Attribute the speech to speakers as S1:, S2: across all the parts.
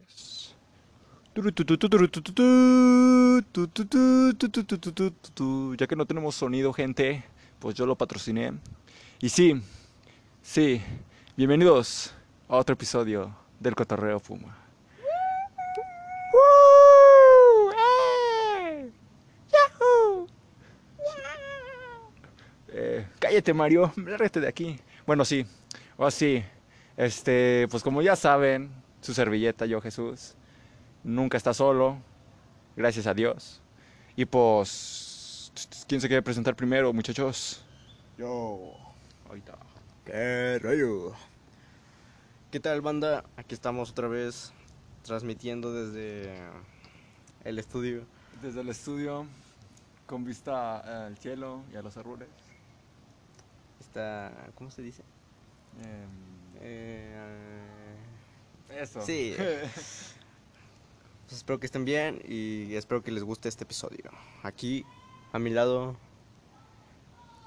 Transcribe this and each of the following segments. S1: 3. Ya que no tenemos sonido, gente, pues yo lo patrociné. Y sí, sí, bienvenidos a otro episodio del Cotorreo Puma. Eh, cállate, Mario, lárgate de aquí. Bueno, sí, o así, este, pues como ya saben, su servilleta, yo Jesús, nunca está solo, gracias a Dios. Y pues, ¿quién se quiere presentar primero, muchachos?
S2: Yo,
S1: Ahorita.
S2: qué rayo.
S3: ¿Qué tal, banda? Aquí estamos otra vez transmitiendo desde el estudio.
S1: Desde el estudio, con vista al cielo y a los árboles.
S3: Está. ¿Cómo se dice? Eh,
S1: Em, eso.
S3: Sí. pues espero que estén bien y espero que les guste este episodio. Aquí, a mi lado,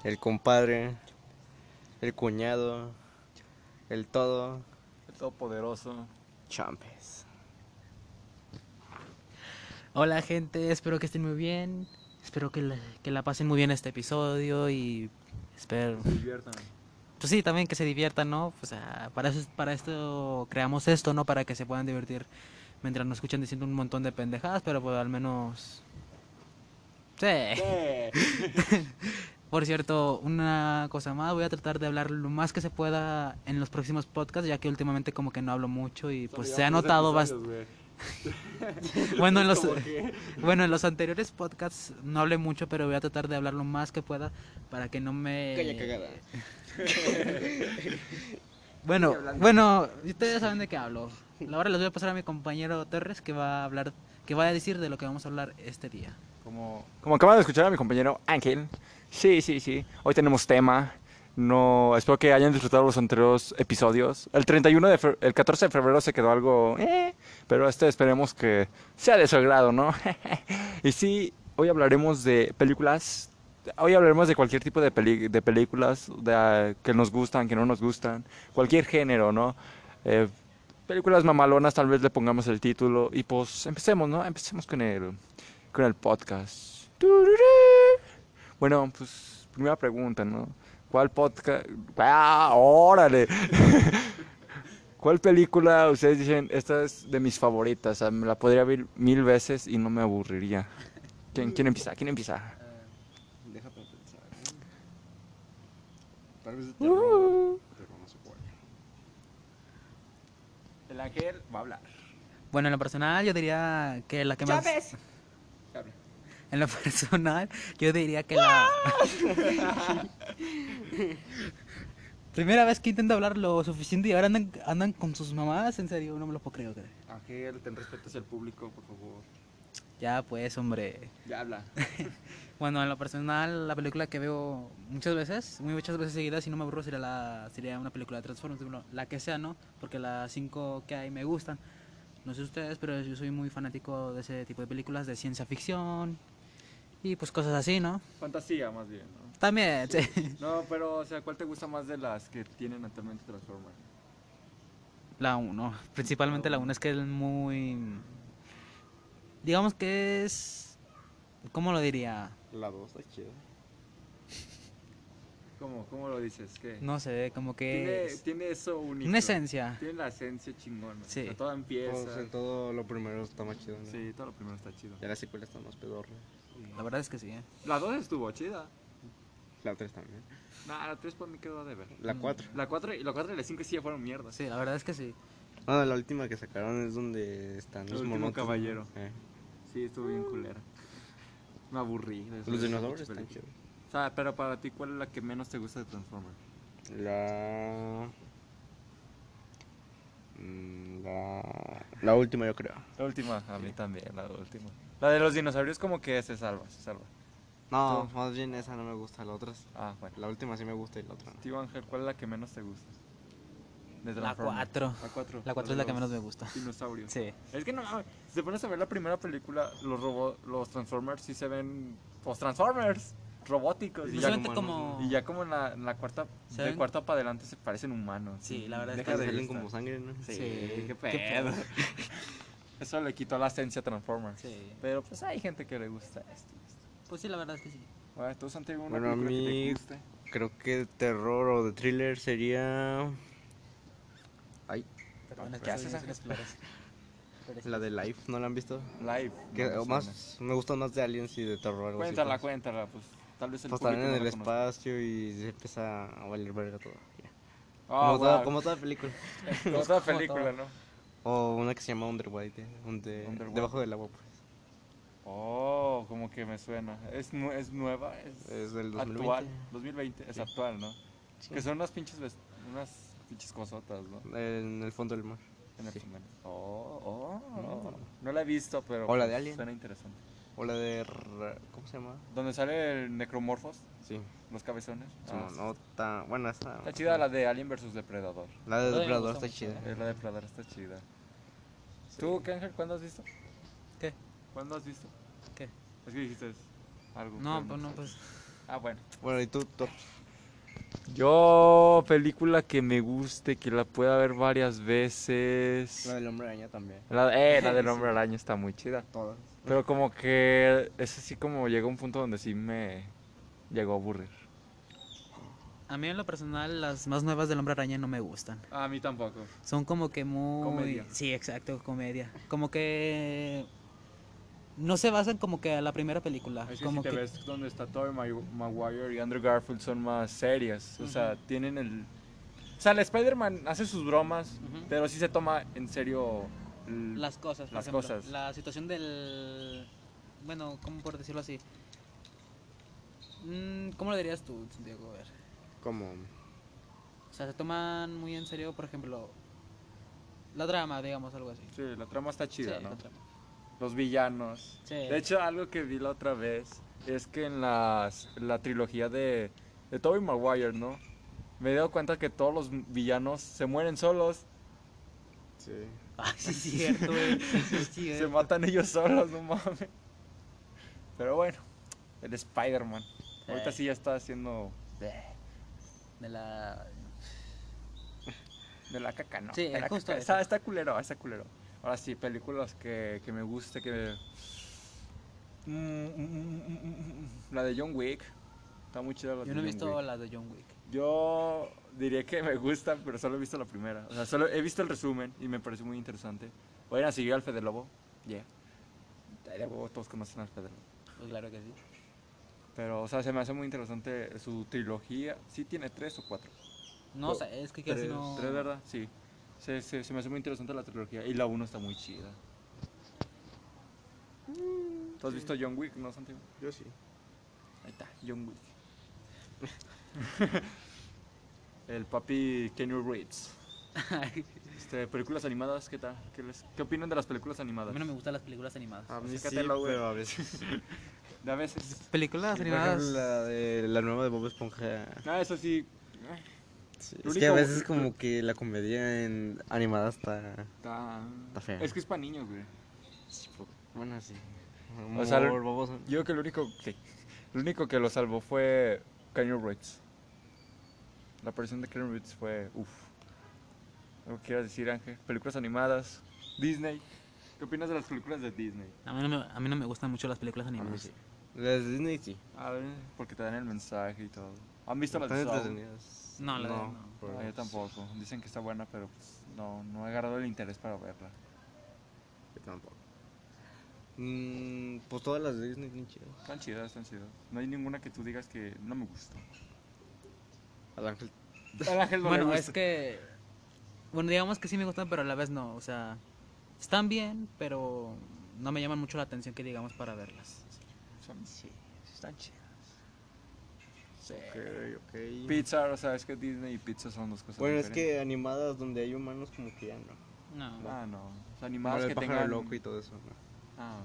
S3: el compadre, el cuñado, el todo,
S1: el todopoderoso.
S3: Champes.
S4: Hola gente, espero que estén muy bien. Espero que la, que la pasen muy bien este episodio y espero... Pues sí, también que se diviertan, ¿no? O sea, para, eso, para esto creamos esto, ¿no? Para que se puedan divertir mientras nos escuchan diciendo un montón de pendejadas, pero pues al menos... Sí. Por cierto, una cosa más, voy a tratar de hablar lo más que se pueda en los próximos podcasts, ya que últimamente como que no hablo mucho y pues se ha notado bastante... Bueno, en los, bueno, en los anteriores podcasts no hablé mucho, pero voy a tratar de hablar lo más que pueda para que no me...
S3: Calla cagada.
S4: Bueno, bueno, ustedes saben de qué hablo. Ahora les voy a pasar a mi compañero Torres que va a hablar, que va a decir de lo que vamos a hablar este día.
S1: Como, como acaban de escuchar a mi compañero Ángel, sí, sí, sí, hoy tenemos tema. No, espero que hayan disfrutado los anteriores episodios. El 31 de fe- el 14 de febrero se quedó algo, eh, pero este esperemos que sea de su agrado, ¿no? y sí, hoy hablaremos de películas. Hoy hablaremos de cualquier tipo de, peli- de películas de, ah, que nos gustan, que no nos gustan, cualquier género, ¿no? Eh, películas mamalonas, tal vez le pongamos el título y pues empecemos, ¿no? Empecemos con el con el podcast. Tururú. Bueno, pues primera pregunta, ¿no? ¿Cuál podcast? ¡Ah, órale! ¿Cuál película ustedes dicen, esta es de mis favoritas? o sea, me la podría ver mil veces y no me aburriría. ¿Quién, quién empieza? ¿Quién empieza?
S2: Déjame pensar. Tal vez de terror, pero no sé cuál.
S1: El ángel va a hablar.
S4: Bueno, en lo personal yo diría que la que más... En lo personal yo diría que la... Primera vez que intento hablar lo suficiente y ahora andan, andan con sus mamás, en serio, no me lo puedo creer. güey.
S1: Ángel, ten respeto hacia el público, por favor.
S4: Ya pues, hombre.
S1: Ya habla.
S4: Bueno, en lo personal, la película que veo muchas veces, muy muchas veces seguidas, y no me aburro, sería, la, sería una película de Transformers, bueno, la que sea, ¿no? Porque las cinco que hay me gustan. No sé ustedes, pero yo soy muy fanático de ese tipo de películas, de ciencia ficción y pues cosas así, ¿no?
S1: Fantasía, más bien, ¿no?
S4: También, sí.
S1: No, pero, o sea, ¿cuál te gusta más de las que tienen actualmente Transformers?
S4: La 1, principalmente la 1 es que es muy... Digamos que es... ¿Cómo lo diría?
S2: La 2 está chida.
S1: ¿Cómo, cómo lo dices? ¿Qué?
S4: No sé, como que...
S1: Tiene,
S4: es
S1: tiene eso único.
S4: Una esencia.
S1: Tiene la esencia chingona.
S4: Sí.
S1: O sea, todo empieza.
S2: Pues, en todo lo primero está más chido. ¿no?
S1: Sí, todo lo primero está chido.
S2: Ya la secuela está más pedorra.
S4: La verdad es que sí, ¿eh?
S1: La 2 estuvo chida.
S2: La 3 también.
S1: Nah, la 3 por mí quedó de ver.
S2: La 4.
S1: La 4 y la 4 y la 5 sí ya fueron mierda.
S4: Sí, la verdad es que sí.
S2: Ah, la última que sacaron es donde están
S1: El
S2: los
S1: último
S2: monos.
S1: caballero.
S2: Eh.
S1: Sí, estuvo bien culera. Me aburrí. de
S2: Los
S1: esa
S2: dinosaurios
S1: pinche
S2: están
S1: película.
S2: chidos.
S1: O sea, pero para ti, ¿cuál es la que menos te gusta de Transformers?
S2: La... Mm, La... La última yo creo.
S1: La última. A mí también, la última. La de los dinosaurios como que se salva, se salva.
S2: No,
S1: Tú.
S2: más bien esa no me gusta, la otra es-
S1: Ah, bueno.
S2: La última sí me gusta y la otra no.
S1: Tío Ángel, ¿cuál es la que menos te gusta? De
S4: La
S1: Transformers.
S4: cuatro.
S1: La 4.
S4: La cuatro es la que menos me gusta.
S1: Dinosaurio.
S4: Sí.
S1: Es que no, mames, si te pones a ver la primera película, los robo- los Transformers sí se ven, los Transformers robóticos y
S4: No
S1: ya,
S4: se ven
S1: como,
S4: como-
S1: y ya como en la, en la cuarta,
S4: Se
S1: de
S4: ven-
S1: cuarta para adelante se parecen humanos.
S4: Sí, la verdad es
S1: Deja
S2: Deja
S4: que
S1: de
S2: de
S1: ver
S2: como
S1: esta.
S2: sangre, ¿no?
S1: Sí,
S4: Sí,
S1: qué
S4: qué
S1: pedo. Eso le quitó la esencia a Transformers.
S4: Sí.
S1: Pero pues hay gente que le gusta esto. y esto.
S4: Pues sí, la verdad es que sí.
S1: Bueno, ¿tú, Santiago, una
S2: Bueno, a
S1: película que
S2: mí-
S1: te guste?
S2: Creo que de terror o de thriller sería
S5: Ay,
S4: Perdón, pues, es
S1: ¿qué
S4: que
S1: haces,
S4: soy
S1: Ángel?
S4: explorador. Pero sí.
S2: la de Life, ¿no la han visto?
S1: Live.
S2: Que
S1: no,
S2: o
S1: pues,
S2: más, me gustan más de aliens y de terror.
S1: no.
S2: algo así,
S1: Cuéntala,
S2: pues.
S1: cuéntala, pues tal vez el
S2: Pues también en
S1: público no
S2: el
S1: la conozca.
S2: espacio y se empieza a valer verga todo. ya.
S1: Ah,
S2: como, toda,
S1: wow.
S2: como toda película.
S1: Como toda película, ¿no?
S2: O una que se llama Underworld, eh, donde-
S1: Underworld.
S2: debajo del agua. pues.
S1: Oh, como que me suena. ¿Es, nu- es nueva? ¿Es,
S2: Es del 2020.
S1: actual? 2020, es actual, ¿no? Que son unas pinches, ves- unas pinches cosotas, ¿no?
S2: En el fondo del mar.
S1: En el primer- Oh, oh, No la he visto, pero
S2: O la
S1: pues,
S2: de Alien.
S1: suena interesante.
S2: O la de... Ra- ¿Cómo se llama?
S1: Donde sale el Necromorphos,
S2: Sí.
S1: los cabezones.
S2: no,
S1: Ah,
S2: no tan... Bueno, esa...
S1: Está chida la de Alien versus Depredador.
S2: La de
S4: Todavía me
S2: Depredador
S4: gusta
S2: está
S4: mucho,
S2: chida.
S1: Eh, La de Depredador está chida. ¿Tú, qué, Ángel, cuándo has visto?
S4: ¿Qué?
S1: ¿Cuándo has visto?
S4: ¿Qué?
S1: Es que dijiste algo.
S4: No,
S1: pero
S4: pues no, pues.
S1: Ah, bueno.
S2: Bueno, y tú, tú-
S1: Yo, película que me guste, que la pueda ver varias veces.
S2: La del hombre araña también.
S1: La, eh, la del hombre araña está muy chida.
S2: Todas.
S1: Pero como que es así como llegó un punto donde sí me llegó a aburrir.
S4: A mí en lo personal las más nuevas del Hombre Araña no me gustan.
S1: A mí tampoco.
S4: Son como que muy...
S1: Comedia.
S4: Sí, exacto, comedia. Como que... No se basan como que a la primera película.
S1: Es que
S4: como
S1: si te
S4: que-
S1: ves donde está Tobey Mag- Maguire y Andrew Garfield son más serias. O sea, tienen el... O sea, el Spider-Man hace sus bromas,
S4: Ujú.
S1: pero sí se toma en serio... el-
S4: Las cosas, por
S1: Las
S4: ejemplo,
S1: cosas.
S4: La situación del... Bueno, ¿cómo por decirlo así? Mm, ¿Cómo lo dirías tú, Diego? A ver.
S2: Como...
S4: O sea, se toman muy en serio, por ejemplo, la trama, digamos, algo así.
S1: Sí, la trama está chida,
S4: Sí,
S1: ¿no?
S4: la trama.
S1: Los villanos.
S4: Sí.
S1: De hecho, algo que vi la otra vez es que en las, la trilogía de, de Tobey Maguire, ¿no? Me he dado cuenta que todos los villanos se mueren solos,
S2: Sí.
S4: Ah, sí, es cierto, güey. Sí, es
S1: se
S4: cierto.
S1: matan ellos solos, no mames. Pero bueno, el Spider-Man. Ahorita
S4: Eh.
S1: sí ya está haciendo
S4: De la...
S1: de la caca, ¿no?
S4: Sí,
S1: De la
S4: justo
S1: caca.
S4: esa.
S1: Está, está culero, está culero. Ahora sí, películas que, que me guste, que... Mm, mm, mm, mm, mm, mm. La de John Wick. Está muy chida la de
S4: Yo no he
S1: John Wick.
S4: visto la de John Wick.
S1: Yo diría que me gusta, pero solo he visto la primera. O sea, solo he visto el resumen y me pareció muy interesante. Vayan a seguir al Fede Lobo. Yeah. De huevo, todos conocen al Fede Lobo.
S4: Pues claro que sí.
S1: Pero, o sea, se me hace muy interesante su trilogía. Sí tiene tres o cuatro.
S4: No, o sea, es que casi
S1: Oh, Tres,
S4: no...
S1: tres, ¿verdad? Sí. Se, se- se me hace muy interesante la trilogía. Y la uno está muy chida.
S4: Mm,
S1: ¿Tú has visto John Wick, no, Santiago?
S2: Yo sí.
S1: Ahí está, John Wick. el papi Kenny Reeves. Este, películas animadas, ¿qué tal? ¿Qué, les- qué opinan de las películas
S4: A
S1: animadas?
S4: mí no me gustan las películas animadas.
S2: A mí sí,
S1: Acércatelo, güey.
S2: pero a veces.
S1: De a veces.
S4: Películas
S2: Por ejemplo, la, de, la nueva de Bob Esponja.
S1: No, Ah, eso sí.
S2: Sí,
S1: Lo
S2: Es que a
S1: único-
S2: veces como que la comedia en animada está...
S1: Está,
S2: Está fea.
S1: Es que es para niños, güey.
S2: Bueno, sí.
S1: O sea,
S2: Humor
S1: lo-
S2: baboso.
S1: Yo creo que lo único que, lo único que lo salvó fue Kenny Reeves. La aparición de Kenny Reeves fue. Uff. ¿Algo que quieras decir, Ángel? Películas animadas. Disney. ¿Qué opinas de las películas de Disney?
S4: A mí, no me, a mí no me gustan mucho las películas
S2: A mí
S4: animadas.
S2: sí. Las de Disney sí.
S1: A ver, porque te dan el mensaje y todo. ¿Han visto las de
S2: Están
S1: Saw?
S2: entretenidas.
S4: No, la de-
S2: no.
S4: no.
S2: pero- pues,
S1: No, yo tampoco. Dicen que está buena, pero pues, no, no he agarrado el interés para verla.
S2: Yo tampoco. Mm, pues todas las de Disney bien chidas.
S1: Están chidas, están chidas. No hay ninguna que tú digas que no me gusta.
S2: Al ángel.
S1: Al Ángel no le
S4: Bueno, es
S1: gusta.
S4: que... Bueno, digamos que sí me gustan, pero a la vez no. O sea, están bien, pero no me llaman mucho la atención que digamos para verlas.
S1: Son- sí, están chidas. Sí.
S2: ok.
S1: Pizza, o sea, es que Disney y pizza son dos cosas
S2: Bueno, es
S1: diferentes.
S2: que animadas donde hay humanos como que ya no.
S4: No.
S1: Ah, no. O sea,
S2: Como
S1: animadas
S2: el
S1: que
S2: pájaro
S1: tengan...
S2: loco y todo eso. ¿no?
S1: Ah.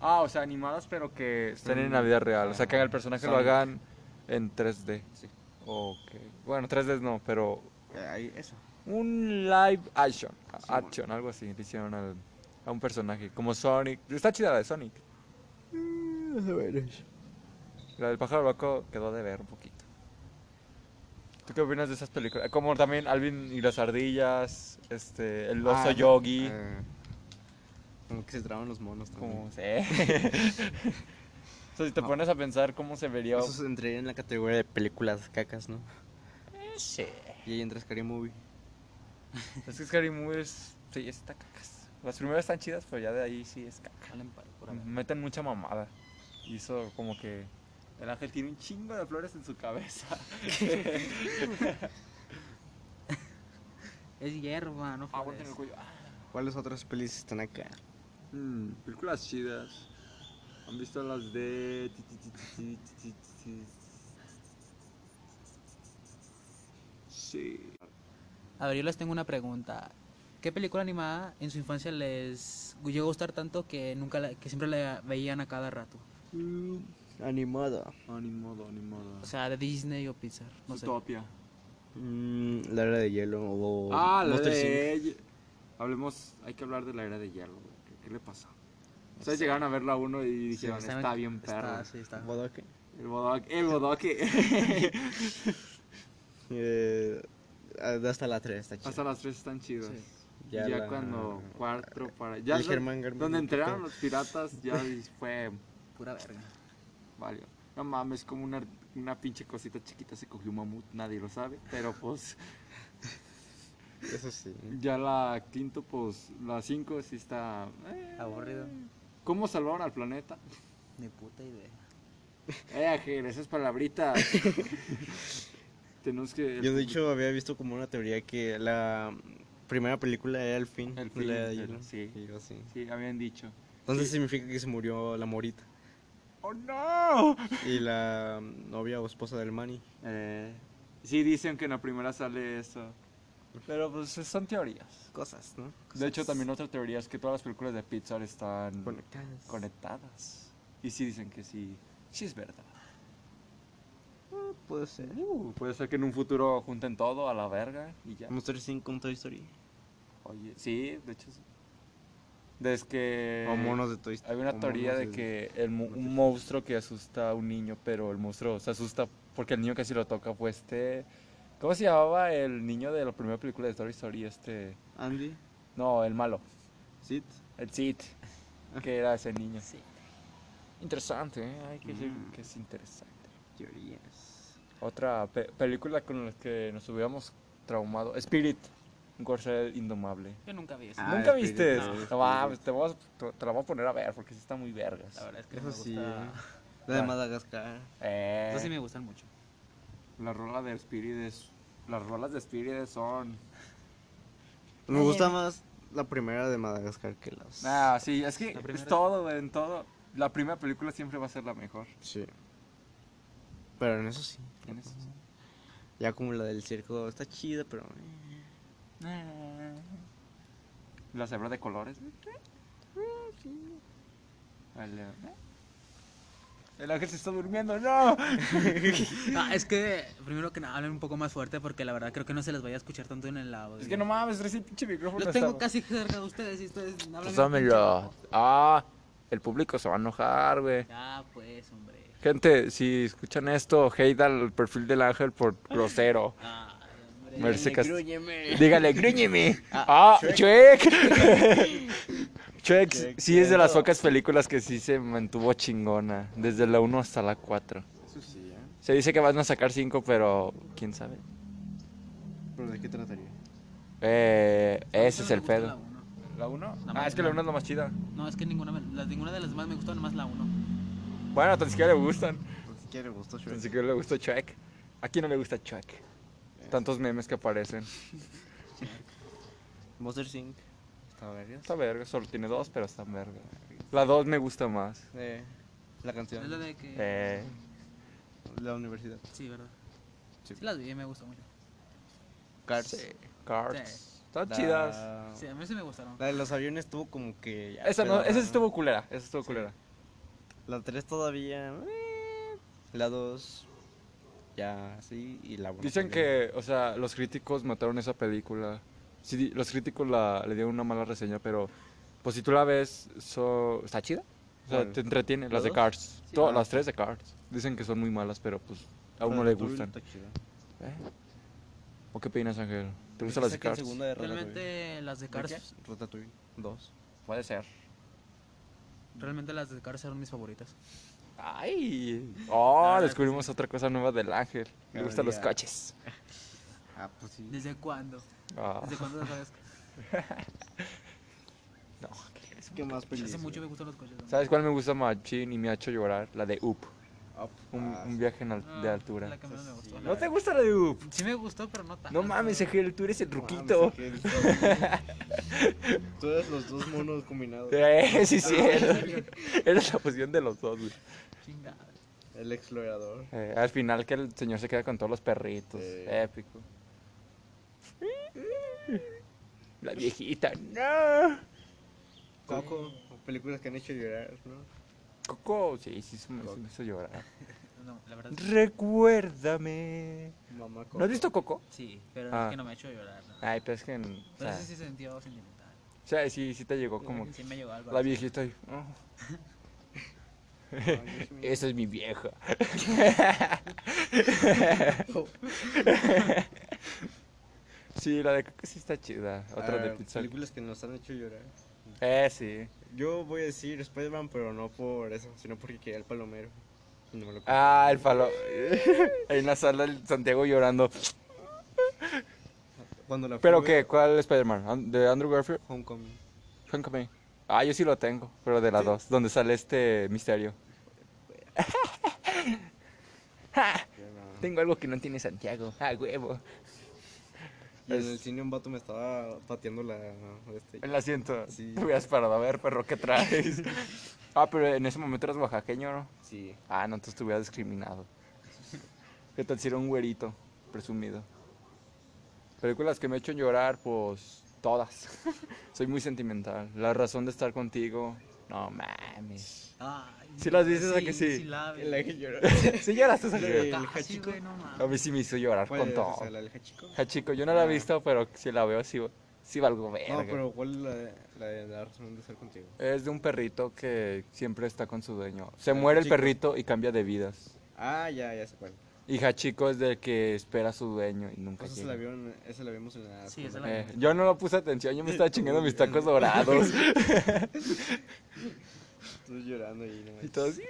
S1: Ah, o sea, animadas pero que estén en la vida real. O sea, que hagan el personaje lo
S2: Sonic.
S1: hagan en 3D.
S2: Sí.
S1: Ok. Bueno, 3D no, pero
S2: Eh, Ahí, eso.
S1: un live action, a-
S2: Simón.
S1: action, algo así, le hicieron al- a un personaje, como Sonic. Está chida la de Sonic. La del pájaro loco quedó de ver un poquito. ¿Tú qué opinas de esas películas? Como también Alvin y las ardillas, este, el oso
S2: Ah,
S1: yogi.
S2: eh, Como que se traban los monos también.
S6: Como, sí. o sea, si te pones a pensar cómo se vería.
S2: Eso se entraría en la categoría de películas cacas, ¿no?
S6: Sí.
S2: Y ahí entra Scary Movie.
S6: Es que Scary Movie es. Sí, está cacas. Las primeras están chidas, pero ya de ahí sí es caca.
S4: Valen para pura verga.
S6: Meten mucha mamada. Y eso, como que. El ángel tiene un chingo de flores en su cabeza.
S4: Es hierba, no
S6: Ah, bueno, en
S4: flores.
S6: el cuello. Ah.
S2: ¿Cuáles otras pelis están acá?
S1: Mm, películas chidas. ¿Han visto las de... ti, ti, ti, ti, ti, ti, ti, ti? Sí.
S4: A ver, yo les tengo una pregunta. ¿Qué película animada en su infancia les llegó a gustar tanto que nunca la- que siempre la veían a cada rato?
S1: Mm,
S2: Animada.
S1: ah, ni modo, ni modo.
S4: O sea, de Disney o Pixar, no sé.
S1: Utopia.
S2: Mm, la era de hielo o
S1: ah, la
S2: Monster
S1: de... Ye- Hablemos, hay que hablar de la era de hierro. güey. ¿Qué, qué le pasa? Ustedes llegaron a ver la 1 y dijeron,
S4: saben-
S1: está bien perro.
S4: Está, sí, está.
S2: Inc. Bodoque.
S1: El bodoque. El bodoque.
S2: Eh, hasta la 3 está chido.
S1: Hasta las 3 están chidas.
S4: Sí.
S1: Ya,
S2: la-
S1: cuando cuatro para ya
S2: el
S1: do-
S2: Germán Garmendia,
S1: donde
S2: ¿qué
S1: entraron
S2: pedo?
S1: los piratas ya dis- fue
S4: Pura verga.
S1: valió. No mames, como una, una pinche cosita chiquita se cogió un mamut, nadie lo sabe, pero pues
S2: Eso sí.
S1: ya la quinto pues la cinco sí está eh,
S4: Aburrido.
S1: ¿Cómo salvar al planeta?
S4: Ni puta idea.
S1: Eh, Ángel, esas palabritas. Tenemos que
S2: Yo de hecho había visto como una teoría que la primera película era el fin.
S1: El
S2: de la era de
S1: fin,
S2: hielo.
S1: sí.
S2: Y yo así.
S1: Sí, habían dicho.
S2: Entonces significa que se murió la morita.
S1: ¡Oh no!
S2: Y la mm, novia o esposa del Manny.
S1: Eh, sí dicen que en la primera sale eso. Pero pues son teorías.
S2: Cosas, ¿no?
S1: De hecho, también otra teoría es que todas las películas de Pixar están
S2: Conectadas.
S1: conectadas. Y sí dicen que sí, sí es verdad.
S2: Eh,
S1: Uh,
S2: Puede ser.
S1: puede ser que en un futuro junten todo a la verga y ya.
S2: Monster Inc. con Toy Story.
S1: Oye, sí, de hecho sí. Desde que...
S2: o monos de Toy Story.
S1: Hay Eh, una
S2: o
S1: teoría
S2: monos
S1: de que el mu- un monstruo que asusta a un niño, pero el monstruo se asusta porque el niño casi lo toca fue este... ¿Cómo se llamaba el niño de la primera película de Toy Story? Este...
S2: Andy,
S1: No, el malo.
S2: Sid.
S1: El Sid. Que era ese niño.
S4: Sí.
S1: Interesante, ¿eh? hay que decir
S2: Mm.
S1: que es interesante.
S2: Teorías.
S1: Otra pe- película con la que nos hubiéramos traumado, Spirit, un corcel indomable.
S4: Yo nunca vi eso.
S2: Ah,
S1: ¿Nunca
S2: Spirit,
S1: viste?
S2: no,
S1: No,
S2: Spirit.
S1: mames, te, vas- te- te la voy a poner a ver porque sí está muy vergas.
S4: La verdad es que no
S2: Eso
S4: me
S2: sí.
S4: gusta.
S2: La de
S1: Ah.
S2: Madagascar.
S1: Eh,
S4: Esas sí me gustan mucho.
S1: La rola de Spirit es- las rolas de Spirit son...
S2: Me gusta más la primera de Madagascar que las.
S1: Ah, sí, es que
S4: La
S1: es
S4: primera-
S1: todo, güey, en todo. La primera película siempre va a ser la mejor.
S2: Sí. Pero en eso sí.
S1: En eso sí.
S2: Ya como la del circo está chida, pero. eh,
S1: La cebra de colores. El, eh, el ángel se está durmiendo, no.
S4: Ah, es que primero que nada hablen un poco más fuerte porque la verdad creo que no se les vaya a escuchar tanto en el audio.
S1: Es que no mames, traes el pinche micrófono.
S4: Lo tengo casi cerca de ustedes y ustedes hablan.
S6: Pues
S4: bien
S6: Pásamelo.
S4: pinche
S6: Ah, el público se va a enojar, güey.
S4: bajo. Ya, pues, hombre.
S6: Gente, si escuchan esto, hate al perfil del ángel por grosero.
S4: Ah, hombre.
S6: Mercy Cast-
S2: grúñeme.
S6: Dígale, gruñeme. Ah, Chuck. Chuck
S2: Chuck,
S6: sí es de las
S2: cierto.
S6: pocas películas que sí se mantuvo chingona. Desde la 1 hasta la 4.
S2: Eso sí, ¿eh?
S6: Se dice que van a sacar 5, pero quién sabe.
S2: ¿Pero de qué trataría?
S6: Eh, ese
S4: No
S6: es
S4: me
S6: el
S4: gusta la
S6: pedo.
S4: uno.
S1: ¿La 1?
S4: La
S1: Ah, es que
S4: misma.
S1: la 1 es la más chida.
S4: No, es que ninguna, me- las- ninguna de las demás me gustó, nomás la 1.
S6: Bueno, tan siquiera le gustan.
S2: Ni siquiera le gustó
S6: Tan
S2: Shrek.
S6: siquiera le gusta Chuck. ¿A quién no le gusta Chuck? Tantos memes que aparecen.
S2: Monster Inc. Está vergas.
S6: Está verga, solo tiene dos, pero está verga. La dos me gusta más.
S2: Eh, la canción.
S4: Es la de que.
S6: Eh,
S2: La universidad.
S4: Sí, ¿verdad?
S2: Sí.
S4: Sí. las vi, me gustó mucho.
S2: Cars.
S6: sí, Cards.
S4: Sí.
S6: Están
S1: Ah,
S2: La-
S6: chidas.
S4: Sí, a mí sí me gustaron.
S2: La de los aviones estuvo como que. ya
S6: Esa, no,
S2: pedorra,
S6: esa sí estuvo culera. Esa estuvo
S2: Sí.
S6: culera.
S2: La 3 todavía. eh, La 2. Ya, sí. Y la 1.
S6: Dicen que, o sea, los críticos mataron esa película. Sí, di- los críticos la, le dieron una mala reseña, pero pues si tú la ves, so- está chida. O sea,
S2: ¿Cuál?
S6: te entretiene. Las de
S2: dos?
S6: Cars. Todas,
S2: ah.
S6: las tres de Cars. Dicen que son muy malas, pero pues a uno le gustan. ¿Eh? ¿O qué opinas, Ángel? ¿Te gustan las de Cars?
S2: segunda de Ratatouille.
S4: Realmente las de Cars.
S2: Ratatouille 2.
S1: Puede ser.
S4: Realmente las de Cars eran mis favoritas.
S1: ¡Ay! Oh,
S4: Ah,
S1: descubrimos otra cosa nueva del ángel. Le
S7: Cada
S1: gustan los
S7: día.
S1: coches.
S7: Ah, pues sí.
S4: ¿Desde cuándo?
S1: Ah,
S4: ¿Desde cuándo las sabes?
S1: no.
S7: Es que más
S2: Pues
S7: ¿eh?
S4: Hace
S7: feliz.
S4: mucho me gustan los coches. ¿no?
S1: ¿Sabes cuál me gusta machín y me ha hecho llorar? La de Up.
S7: Up.
S2: pues,
S1: Un,
S7: Ah,
S1: un viaje en al-
S4: Ah,
S1: de altura.
S4: La que menos me gustó.
S1: ¿No te gusta la de Up?
S4: Sí me gustó, pero no tanto.
S1: No mames, Egel, tú
S2: Ah,
S1: eres el
S7: mames,
S1: ruquito.
S7: aquel.
S2: Todos los dos monos combinados.
S1: Eh, sí, sí. Eres eres la fusión de los dos, güey.
S4: Chingada.
S2: El explorador.
S1: Eh, al final que el señor se queda con todos los perritos.
S2: Sí.
S1: Épico. La viejita. No.
S2: Coco. Películas que han hecho llorar, ¿no?
S1: Coco, sí, sí, se me, se me hizo llorar.
S4: No, la verdad.
S1: Recuérdame.
S2: Mamá Coco.
S1: ¿No has visto Coco?
S4: Sí, pero
S1: Ah.
S4: es que no me ha hecho llorar. ¿no?
S1: Ay, pero es que. en- o
S4: Pero
S1: sea,
S4: ese sí se sintió sentimental.
S1: o sea, sí, sí te llegó como.
S4: Sí me llegó algo.
S1: La viejita. y, "Oh,
S2: Ay, yo sí me-
S1: esa es mi vieja. sí, la de Coco sí está chida. Otra
S2: Ah,
S1: de Pizza.
S2: Películas que nos han hecho llorar.
S1: Eh, sí.
S2: Yo voy a decir Spider-Man, pero no por eso, sino porque quería el palomero. Y no me lo compré.
S1: Ah, el palo. en la sala el Santiago llorando.
S2: Cuando la fui a
S1: ¿Pero qué?
S2: ver,
S1: ¿Cuál Spider-Man? ¿An- ¿De Andrew Garfield?
S2: Homecoming.
S1: Homecoming. Ah, yo sí lo tengo, pero de las dos, donde sale este misterio.
S2: Ya no.
S1: Tengo algo que no tiene Santiago. Ah, huevo.
S2: Y en el
S1: Es-
S2: cine un vato me estaba pateando la... Este,
S1: El asiento.
S2: Sí.
S1: Te hubieras parado a ver, perro, ¿qué traes? ah, pero en ese momento eras oaxaqueño, ¿no?
S2: Sí.
S1: Ah, no, entonces te hubieras discriminado. ¿Qué tal si era un güerito? Presumido. Películas que me hecho llorar, pues todas. Soy muy sentimental. La razón de estar contigo. No mames.
S4: Ay,
S1: ¿Sí las dices a que sí?
S4: la vi.
S2: El ángel lloró. Pues,
S1: Sí lloraste,
S2: Sí.
S1: Sergio.
S4: Casi,
S2: Hachiko.
S4: güey, no mames.
S1: A mí sí me hizo llorar
S2: ¿Cuál
S1: con
S2: es
S1: todo.
S2: esa? ¿La del Hachiko?
S1: Ja, chico, yo no la he
S2: Ah.
S1: visto, pero si la veo sí, sí valgo verga.
S2: No, pero ¿cuál es la, de- la de la razón de estar contigo?
S1: Es de un perrito que siempre está con su dueño. Se muere el perrito y cambia de vidas.
S2: Ah, ya, ya sé cuál.
S1: Y Hachiko es del que espera a su dueño y nunca
S2: Pues esa la,
S1: llega.
S2: vieron, esa la vimos en la...
S4: Sí, esa la-
S1: Eh, yo no lo puse atención, yo me estaba chingando mis tacos dorados.
S2: Estoy llorando y no
S1: y
S2: manches.
S1: todo así.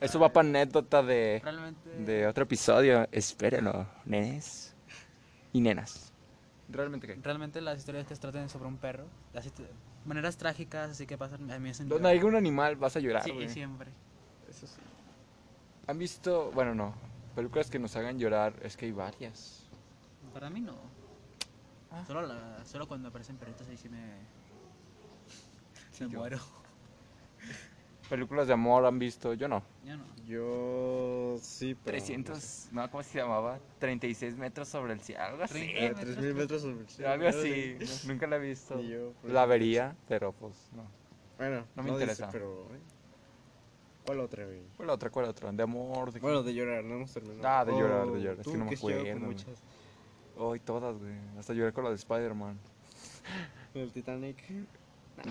S1: Eso va para anécdota de,
S4: Realmente.
S1: de otro episodio. Espérenlo, nenes y nenas. Realmente que.
S4: Realmente las historias que se tratan sobre un perro, las histo- maneras trágicas, así que pasan, a mí me hacen
S1: Donde
S4: llorar.
S1: hay un animal vas a llorar.
S4: Sí,
S1: güey.
S4: siempre.
S1: ¿Han visto, bueno, no, películas que nos hagan llorar? Es que hay varias.
S4: Para mí no.
S1: Ah.
S4: Solo, la- solo cuando aparecen perritos ahí sí me. me
S1: yo.
S4: muero.
S1: Películas de amor han visto, yo no.
S4: Yo no.
S2: Yo... Sí, pero...
S1: 300, no, ¿cómo se llamaba? 36 metros sobre el cielo, algo así.
S4: Treinta.
S2: Eh, 3000 metros sobre el cielo.
S1: Algo así, nunca la he visto.
S2: Ni yo, pues, por
S1: La
S2: eso.
S1: vería, pero pues no.
S2: Bueno,
S1: No me
S2: dice,
S1: interesa.
S2: pero... ¿eh? ¿Cuál otra, güey?
S1: ¿Cuál otra, cuál otra? De amor, de...
S2: Bueno, de llorar, no hemos terminado. Oh,
S1: Ah, de llorar, de llorar, es
S2: tú
S1: que no me
S2: has llorado con
S1: acuerdo, güey.
S2: muchas.
S1: Ay, todas, güey. Hasta lloré con la de Spider-Man.
S2: Con el Titanic.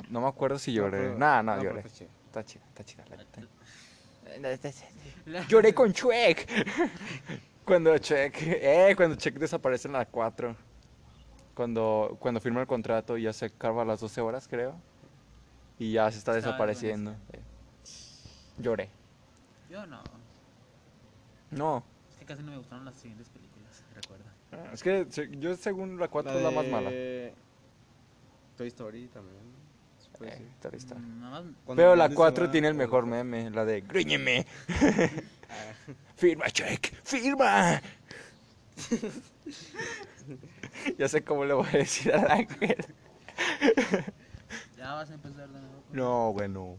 S1: No me acuerdo si lloré.
S2: pero-
S1: Nada, nada,
S2: no, pues,
S1: lloré.
S2: pero está chido.
S1: Está chida, está chida la neta.
S4: La-
S1: Lloré con Chuek. Cuando Chuek, eh, cuando Chuek desaparece en la 4. Cuando, cuando firma el contrato y ya se acaba las 12 horas, creo. Y ya se está
S4: Estaba
S1: desapareciendo. Eh, Lloré.
S4: Yo no.
S1: No.
S4: Es que casi no me gustaron las siguientes películas, recuerda.
S1: Ah, Es que se- yo según la 4 es la más mala. Eh,
S2: de Toy Story también. se puede decir.
S1: está lista.
S4: Mm, Nada más.
S2: pues Cuando
S1: Pero Eh. la
S2: Andy se
S1: 4
S2: va
S1: tiene el
S2: con-
S1: mejor meme, la de Gruñeme.
S2: Ah.
S1: firma, Chuek, firma. ya sé cómo le voy a decir al ángel.
S4: Ya vas a empezar de nuevo. con-
S1: No, güey, no.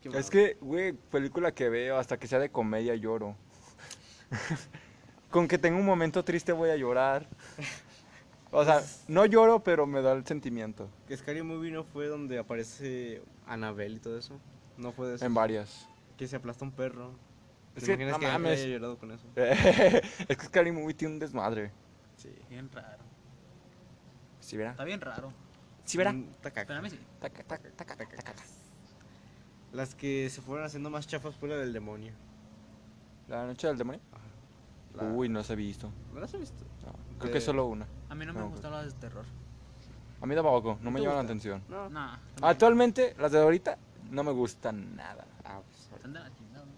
S2: ¿Qué
S1: Es
S2: más?
S1: que, güey, película que veo, hasta que sea de comedia lloro. Con que tenga un momento triste voy a llorar. O sea, no lloro, pero me da el sentimiento.
S2: Que Scary Movie no fue donde aparece Annabelle y todo eso. No fue de eso.
S1: En varias.
S2: Que se aplasta un perro.
S1: Es
S2: ¿Te
S1: que,
S2: imaginas
S1: no
S2: que Annabelle
S1: mames.
S2: haya llorado con eso?
S1: es que Scary Movie tiene un desmadre.
S2: Sí.
S4: Bien raro.
S1: Si verá.
S2: Ah,
S4: Está bien raro.
S1: Si verá.
S2: Mm, está caca.
S4: Pero a mí sí.
S1: Taca, taca, taca, taca, taca.
S2: Las que se fueron haciendo más chafas fue la del demonio.
S1: La noche del demonio.
S2: La-
S1: Uy, no se ha visto.
S2: ¿No las has visto?
S1: No, Creo que
S2: De-
S1: solo una.
S4: A mí no me
S1: No, pues.
S4: gustaron las de terror.
S1: A mí tampoco, no me
S2: te
S1: llaman la
S2: gusta?
S1: atención.
S2: No.
S4: No,
S1: Ah, Actualmente, las de ahorita no me gustan nada.
S2: Ah, pues,
S4: Están de la chingada, ¿no?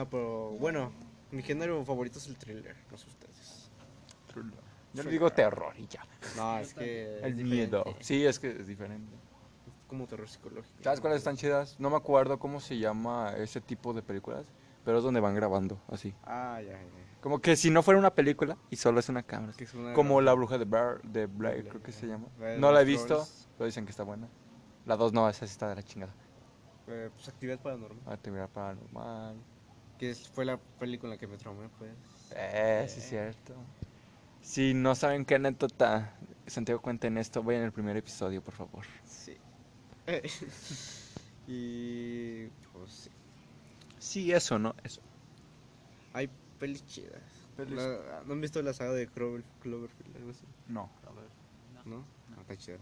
S2: no, pero bueno, mi género favorito es el thriller, no sé ustedes.
S1: Yo le digo terror y ya.
S2: No, es que.
S1: El
S2: es
S1: miedo.
S2: diferente,
S1: Sí, es que es diferente.
S2: es como terror psicológico.
S1: ¿Sabes cuáles están chidas? No me acuerdo cómo se llama ese tipo de películas, pero es donde van grabando, así.
S2: Ah, ya, ya, ya.
S1: Como que si no fuera una película y solo es una cámara.
S2: Que es una-
S1: Como La Bruja de Blair, de Blair, creo que se llama.
S2: La de
S1: No la he
S2: los
S1: visto,
S2: trolls.
S1: pero dicen que está buena. La 2 no, esa sí está de la chingada.
S2: eh, pues, actividad paranormal.
S1: Actividad paranormal.
S2: Que es- fue la película en la que me traumé, pues.
S1: Eh, sí, es cierto. Si no saben qué anécdota Santiago cuenta en esto, vayan al primer episodio, por favor.
S2: Sí. y. Pues sí.
S1: Sí, eso, ¿no? Eso.
S2: Hay pelis chidas.
S1: Pelis.
S2: La- ¿No han visto la saga de Clover- Cloverfield? Algo así.
S1: No.
S2: ¿No? No, está chida.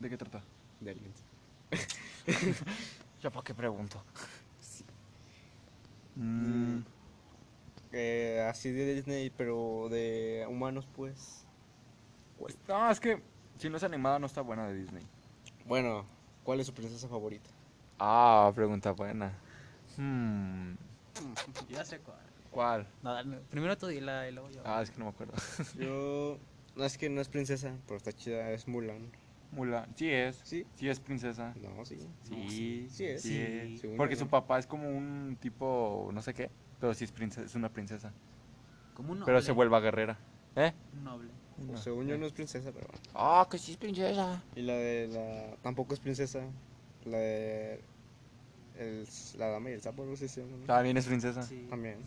S1: ¿De qué trata?
S2: De aliens.
S1: ¿Ya para qué pregunto?
S2: Sí.
S1: Mm,
S2: Eh, así de Disney, pero de humanos, pues.
S1: pues, no, es que si no es animada, no está buena de Disney.
S2: Bueno, ¿cuál es su princesa favorita?
S1: Ah, pregunta buena. Hmm,
S4: Ya sé cuál.
S1: ¿Cuál?
S4: No, no, primero tú y, la, y luego yo.
S1: Ah, es que no me acuerdo.
S2: Yo. No es que no es princesa, pero está chida, es Mulan.
S1: Mulan. Sí es.
S2: ¿Sí?
S1: Sí es princesa.
S2: No, sí.
S1: Sí,
S2: Sí es.
S1: sí
S4: Sí.
S1: es.
S2: Según
S1: Porque
S2: yo,
S1: su
S2: ¿no?
S1: papá es como un tipo, no sé qué, pero sí es, princesa, es una princesa.
S4: Como un noble.
S1: Pero se vuelva guerrera. ¿Eh?
S4: Un noble.
S2: O Pues, según yo no eh. es princesa, pero bueno.
S1: Ah, que sí es princesa.
S2: Y la de la. Tampoco es princesa. La de. el- la dama y el sapo, algo así se llama, ¿no?
S1: También es princesa. Ah, Sí.
S4: Sí.
S2: También.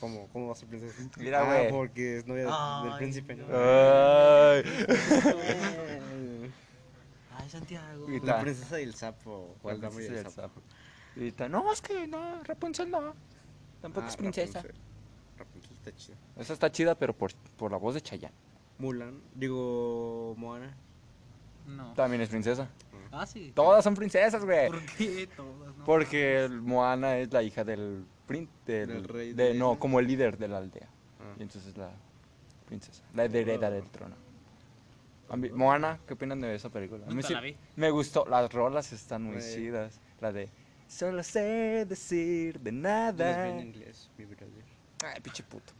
S2: ¿Cómo, ¿Cómo va a ser princesa?
S1: Mira,
S2: Ah,
S1: güey.
S2: porque es novia de- del
S4: Ay,
S2: príncipe, ¿no?
S4: no.
S1: Ay.
S2: Eh,
S4: Ay, Santiago.
S1: Y
S2: La
S1: Ta.
S2: princesa y el sapo. o
S1: La
S2: el dama y
S1: princesa
S2: el
S1: y el
S2: sapo.
S1: Y ta- no, es que no, Rapunzel no. Tampoco
S2: Ah,
S1: es princesa.
S2: Rapunzel. Rapunzel está chida.
S1: Esa está chida, pero por, por la voz de Chayanne.
S2: Mulan, digo Moana.
S4: No.
S1: También es princesa.
S4: Ah, sí.
S1: Todas son princesas, güey.
S4: ¿Por qué todas? No,
S1: Porque el Moana es la hija del prin- del,
S2: Del rey
S1: de-
S2: de la
S1: no,
S2: isla.
S1: como el líder de la aldea.
S2: Ah.
S1: Y entonces la princesa, la heredera del trono. A mí- Moana, ¿qué opinan de esa película? A mí
S4: Nunca
S1: sí-
S4: la vi.
S1: Me gustó, las rolas están muy
S2: Güey.
S1: chidas. La de Solo sé decir de
S2: Yo les
S1: nada.
S2: vi en inglés, mi brother.
S1: Ay, pinche puto.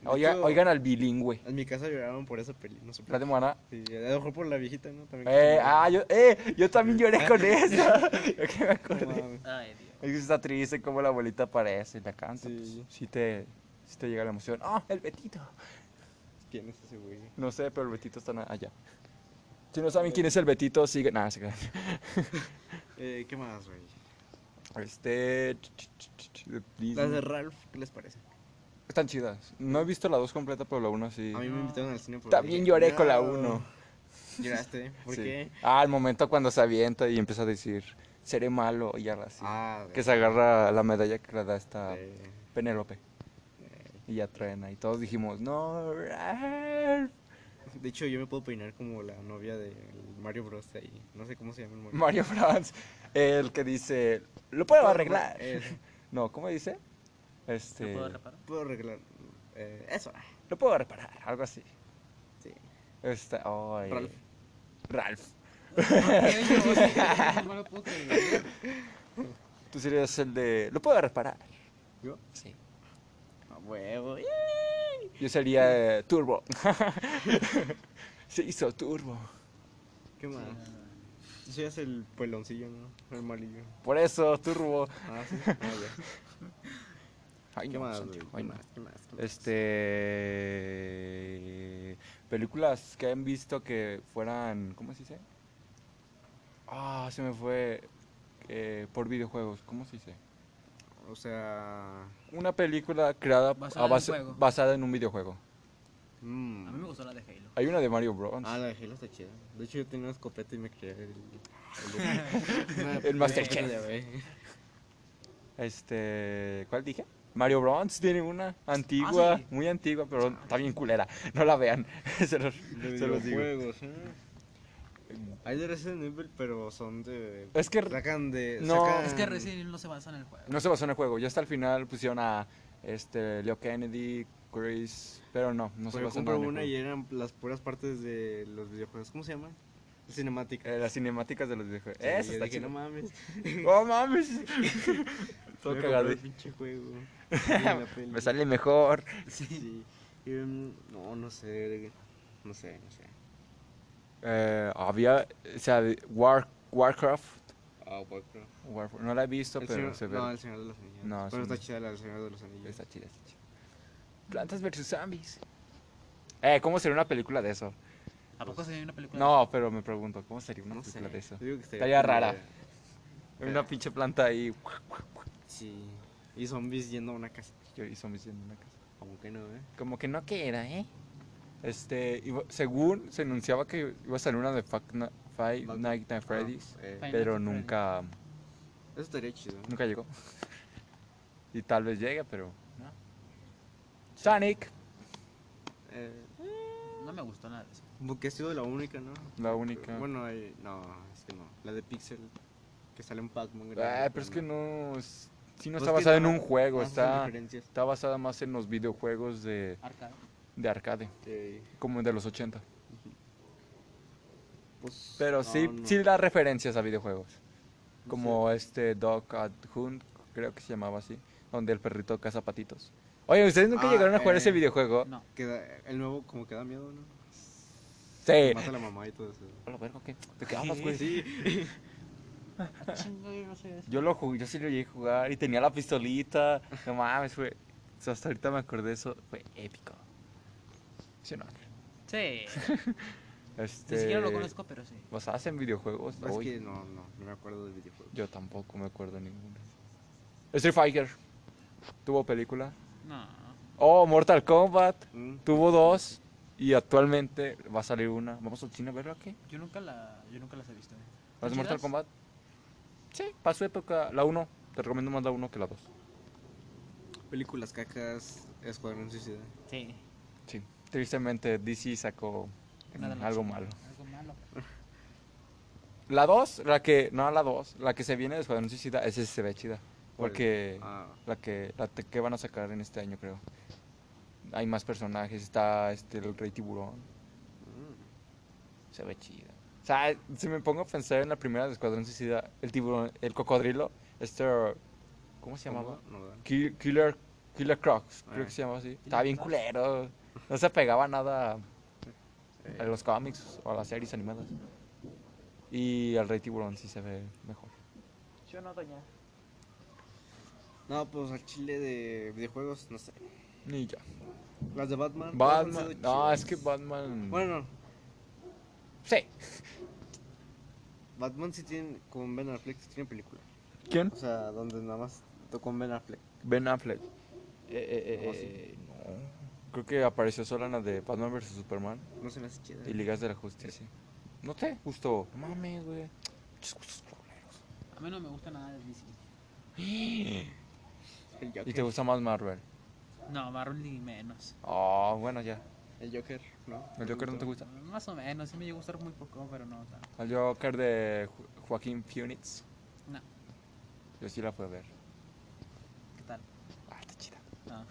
S2: De
S1: Oiga-
S2: hecho,
S1: oigan al bilingüe.
S2: En mi casa lloraron por esa peli, no sé por
S1: La de Moana.
S2: qué. Sí, a lo mejor por la viejita, ¿no? También. que
S1: Eh,
S2: se
S1: ah, yo, eh, yo también lloré con eso. Yo que me
S2: murió.
S1: acordé.
S2: No mames.
S4: Ay, Dios.
S1: Es que está triste como la abuelita aparece y la canta.
S2: Sí.
S1: Pues, si, te, sí te llega la emoción. ¡Ah, el Betito!
S2: ¿Quién es ese güey?
S1: No sé, pero el Betito está na- allá. Si no saben quién es el Betito, ah, sigue. Nada, sigue.
S2: Eh, ¿Qué más, güey?
S1: Este. ch- ch- ch- ch- de Disney.
S2: Las de Ralph, ¿qué les parece?
S1: Están chidas. No he visto la 2 completa, pero la 1 sí.
S2: A mí
S4: No.
S2: me invitaron al cine por
S1: También
S2: ella.
S1: lloré con la
S2: No.
S1: 1.
S2: ¿Lloraste? ¿Por
S1: Sí.
S2: qué?
S1: Ah, el momento cuando se avienta y empieza a decir: Seré malo y ahora sí.
S2: Ah,
S1: que se agarra la medalla que le da esta
S2: eh,
S1: Penélope. Y ya traen ahí. Todos dijimos: No, Ralph".
S2: De hecho, yo me puedo peinar como la novia de Mario Bros. de ahí. No sé cómo se llama el Mario.
S1: Mario Franz, el que dice, lo puedo arreglar.
S2: Eso.
S1: No, ¿cómo dice?
S4: ¿Te
S1: Este,
S4: puedo reparar?
S2: Puedo arreglar. eh, eso.
S1: lo puedo reparar, algo así.
S2: Sí.
S1: Este, ay,
S2: Ralph.
S1: Ralph.
S4: No lo puedo creer.
S1: Tú serías el de, lo puedo reparar.
S2: ¿Yo?
S1: Sí.
S2: A huevo. ¡eh!
S1: Yo sería eh, Turbo. Se hizo Turbo.
S2: ¿Qué más? Tú serías el peloncillo, ¿no? El malillo.
S1: Por eso, Turbo.
S2: Ah, sí. Ah, ya.
S1: Ay,
S2: ¿Qué
S1: no,
S2: más, güey?
S1: Santiago,
S2: ¿Qué
S1: ay, no.
S2: más? ¿Qué más? ¿Qué más?
S1: Este. Películas que han visto que fueran. ¿Cómo se dice? Ah, se me fue. eh, por videojuegos, ¿cómo se dice?
S2: O sea.
S1: Una película creada a
S4: Basada en
S1: base-
S4: juego.
S1: basada en un videojuego.
S2: mm.
S4: A mí me gustó la de Halo.
S1: Hay una de Mario Bros.
S2: Ah, la de Halo está chida. De hecho, yo tenía una escopeta y me creé el.
S1: El Master Chief.
S2: Chef.
S1: Este. ¿Cuál dije? Mario Bros. tiene una antigua,
S2: Ah,
S4: sí.
S1: muy antigua, pero está bien culera. No la vean. se los,
S2: De
S1: se los digo.
S2: videojuegos, ¿eh? Hay de Resident Evil, pero son de.
S1: Es que
S2: Sacan de.
S1: No.
S2: sacan-
S4: Es que Resident Evil no se basa en el juego.
S1: No se basó en el juego. Ya hasta el final pusieron a este, Leo Kennedy, Grace. Pero no, no se
S2: Yo
S1: basa
S2: compré
S1: nada en el
S2: una y
S1: juego.
S2: eran las puras partes de los videojuegos. ¿Cómo se llaman? Cinemática.
S1: Eh, las cinemáticas de los videojuegos.
S2: Sí,
S1: Eso
S2: yo
S1: está
S2: dije,
S1: chido.
S2: no mames.
S1: ¡Oh, mames! Todo
S2: voy a comprar
S1: cagado.
S2: el pinche juego. Y la peli.
S1: Me sale mejor.
S2: Sí. Y, mm, no, no sé. No sé, no sé.
S1: Eh, había, o sea, War, Warcraft.
S2: Ah, Warcraft.
S1: Warf- no la he visto,
S2: El
S1: pero
S2: señor-
S1: se ve.
S2: no, el Señor de los Anillos.
S1: No,
S2: pero
S1: sí.
S2: está chida la del Señor de los Anillos.
S1: Está chida, está chida. Plantas versus zombies. Eh, ¿cómo sería una película de eso?
S4: ¿A poco se ve una película?
S1: No, pero me pregunto, ¿cómo sería una
S2: No sé.
S1: película de eso?
S2: yo digo que
S1: Estaría rara.
S2: culera.
S1: Una pinche planta ahí.
S2: Sí. Y zombies yendo a una casa.
S1: Y zombies en una casa.
S2: Como que no, ¿eh?
S1: Como que no queda, ¿eh? Este, iba- según se anunciaba que iba a salir una de Fuck Na- Five
S2: Fuck-
S1: Nights at Freddy's,
S2: Ah, eh,
S4: Five
S1: pero
S4: Nights at
S1: nunca,
S2: Eso estaría chido.
S1: nunca llegó. Y tal vez llegue, pero no. Sonic,
S2: Eh,
S4: No me gustó nada de eso.
S2: porque ha sido la única, ¿no?
S1: la única.
S2: Bueno, eh, no, es que no. La de Pixel. Que sale en Pac-Man.
S1: Ah, pero es que no. es- Sí, no
S2: Pues
S1: está
S2: que
S1: basada en
S2: no-
S1: un juego,
S2: no hacen
S1: está,
S2: referencias.
S1: está basada más en los videojuegos de,
S4: Arcade.
S1: de arcade,
S2: Eh,
S1: como de los 80.
S2: pues,
S1: Pero
S2: no,
S1: sí,
S2: no.
S1: sí da referencias a videojuegos. Como este Dog at Hunt, creo que se llamaba así, donde el perrito caza patitos. Oye, ¿ustedes nunca
S2: Ah,
S1: llegaron a jugar ese
S2: eh,
S1: videojuego?
S4: No.
S2: Que da- el nuevo como que da miedo, ¿no?
S1: Sí.
S2: Mata a la mamá y todo eso.
S1: A la verga, ¿qué? ¿De qué hablas, güey?
S2: Sí.
S4: Chingo, Ah, yo no sé eso.
S1: Yo lo jugué, yo sí lo llegué a jugar y tenía la pistolita. No mames, güey. O sea, hasta ahorita me acordé de eso. Fue épico. Sí, no.
S4: Sí.
S1: Este...
S4: Ni siquiera lo conozco, pero sí.
S1: ¿Basadas en videojuegos?
S2: Es
S1: Uy,
S2: que no, no, no me acuerdo del videojuego.
S1: Yo tampoco me acuerdo ninguna. Street Fighter. Tuvo película.
S4: No.
S1: Oh, Mortal Kombat.
S2: Mm.
S1: Tuvo dos. Y actualmente va a salir una. ¿Vamos al cine a verla aquí?
S4: Yo nunca, la, yo nunca las he visto.
S1: ¿Vas a
S4: ¿Están
S1: Mortal
S4: chidas?
S1: Kombat? Sí, pasó época. La 1. Te recomiendo más la 1 que la 2.
S2: Películas cacas, Escuadrón Suicida.
S4: Sí.
S1: Sí. Tristemente, DC sacó
S4: Nada
S1: mm,
S4: más.
S1: algo malo.
S4: Algo malo.
S1: La 2, la que. No, la 2. La que se viene de Escuadrón Suicida. Esa sí se ve chida.
S2: ¿Cuál?
S1: Porque.
S2: Ah,
S1: La que, la te- que van a sacar en este año, creo. Hay más personajes. Está este, el Rey Tiburón.
S2: mm,
S1: Se ve chida. O sea, si me pongo a pensar en la primera de Escuadrón Suicida, el tiburón, el cocodrilo, este. ¿Cómo se llamaba?
S2: ¿cómo? No, ¿verdad?
S1: Kill- Killer, Killer Crocs, creo
S2: Ah.
S1: que se llamaba así. Estaba bien culero. No se pegaba nada a
S2: Eh,
S1: los cómics o a las series animadas. Y al Rey Tiburón sí se ve mejor.
S4: Yo no, doña.
S2: no, pues al chile de videojuegos, no sé.
S1: Ni ya.
S2: Las de Batman. todas han
S1: Batman.
S2: sido
S1: No,
S2: chidas.
S1: es que Batman.
S2: Bueno,
S1: Sí.
S2: Batman sí tiene. Con Ben Affleck sí tiene película.
S1: ¿Quién?
S2: O sea, donde nada más. Tocó con Ben Affleck.
S1: Ben Affleck. Eh, no. Creo que apareció sola en la de Batman vs Superman
S2: No se me hace chida.
S1: y Ligas de la Justicia. ¿No te gustó? No mames, güey. Muchos gustos culeros.
S4: A mí no me gusta nada de DC.
S2: El Joker.
S1: ¿Y te gusta más Marvel?
S4: No, Marvel ni menos.
S1: Oh, bueno, ya.
S2: El Joker, ¿no?
S1: ¿El Joker no te gusta?
S4: Más o menos, sí me llegó a gustar muy poco, pero no tanto.
S1: El Joker de Ju- Joaquín Phoenix.
S4: No,
S1: Yo sí la fui a ver.
S4: ¿qué tal?
S1: Ah, está chida.
S4: No.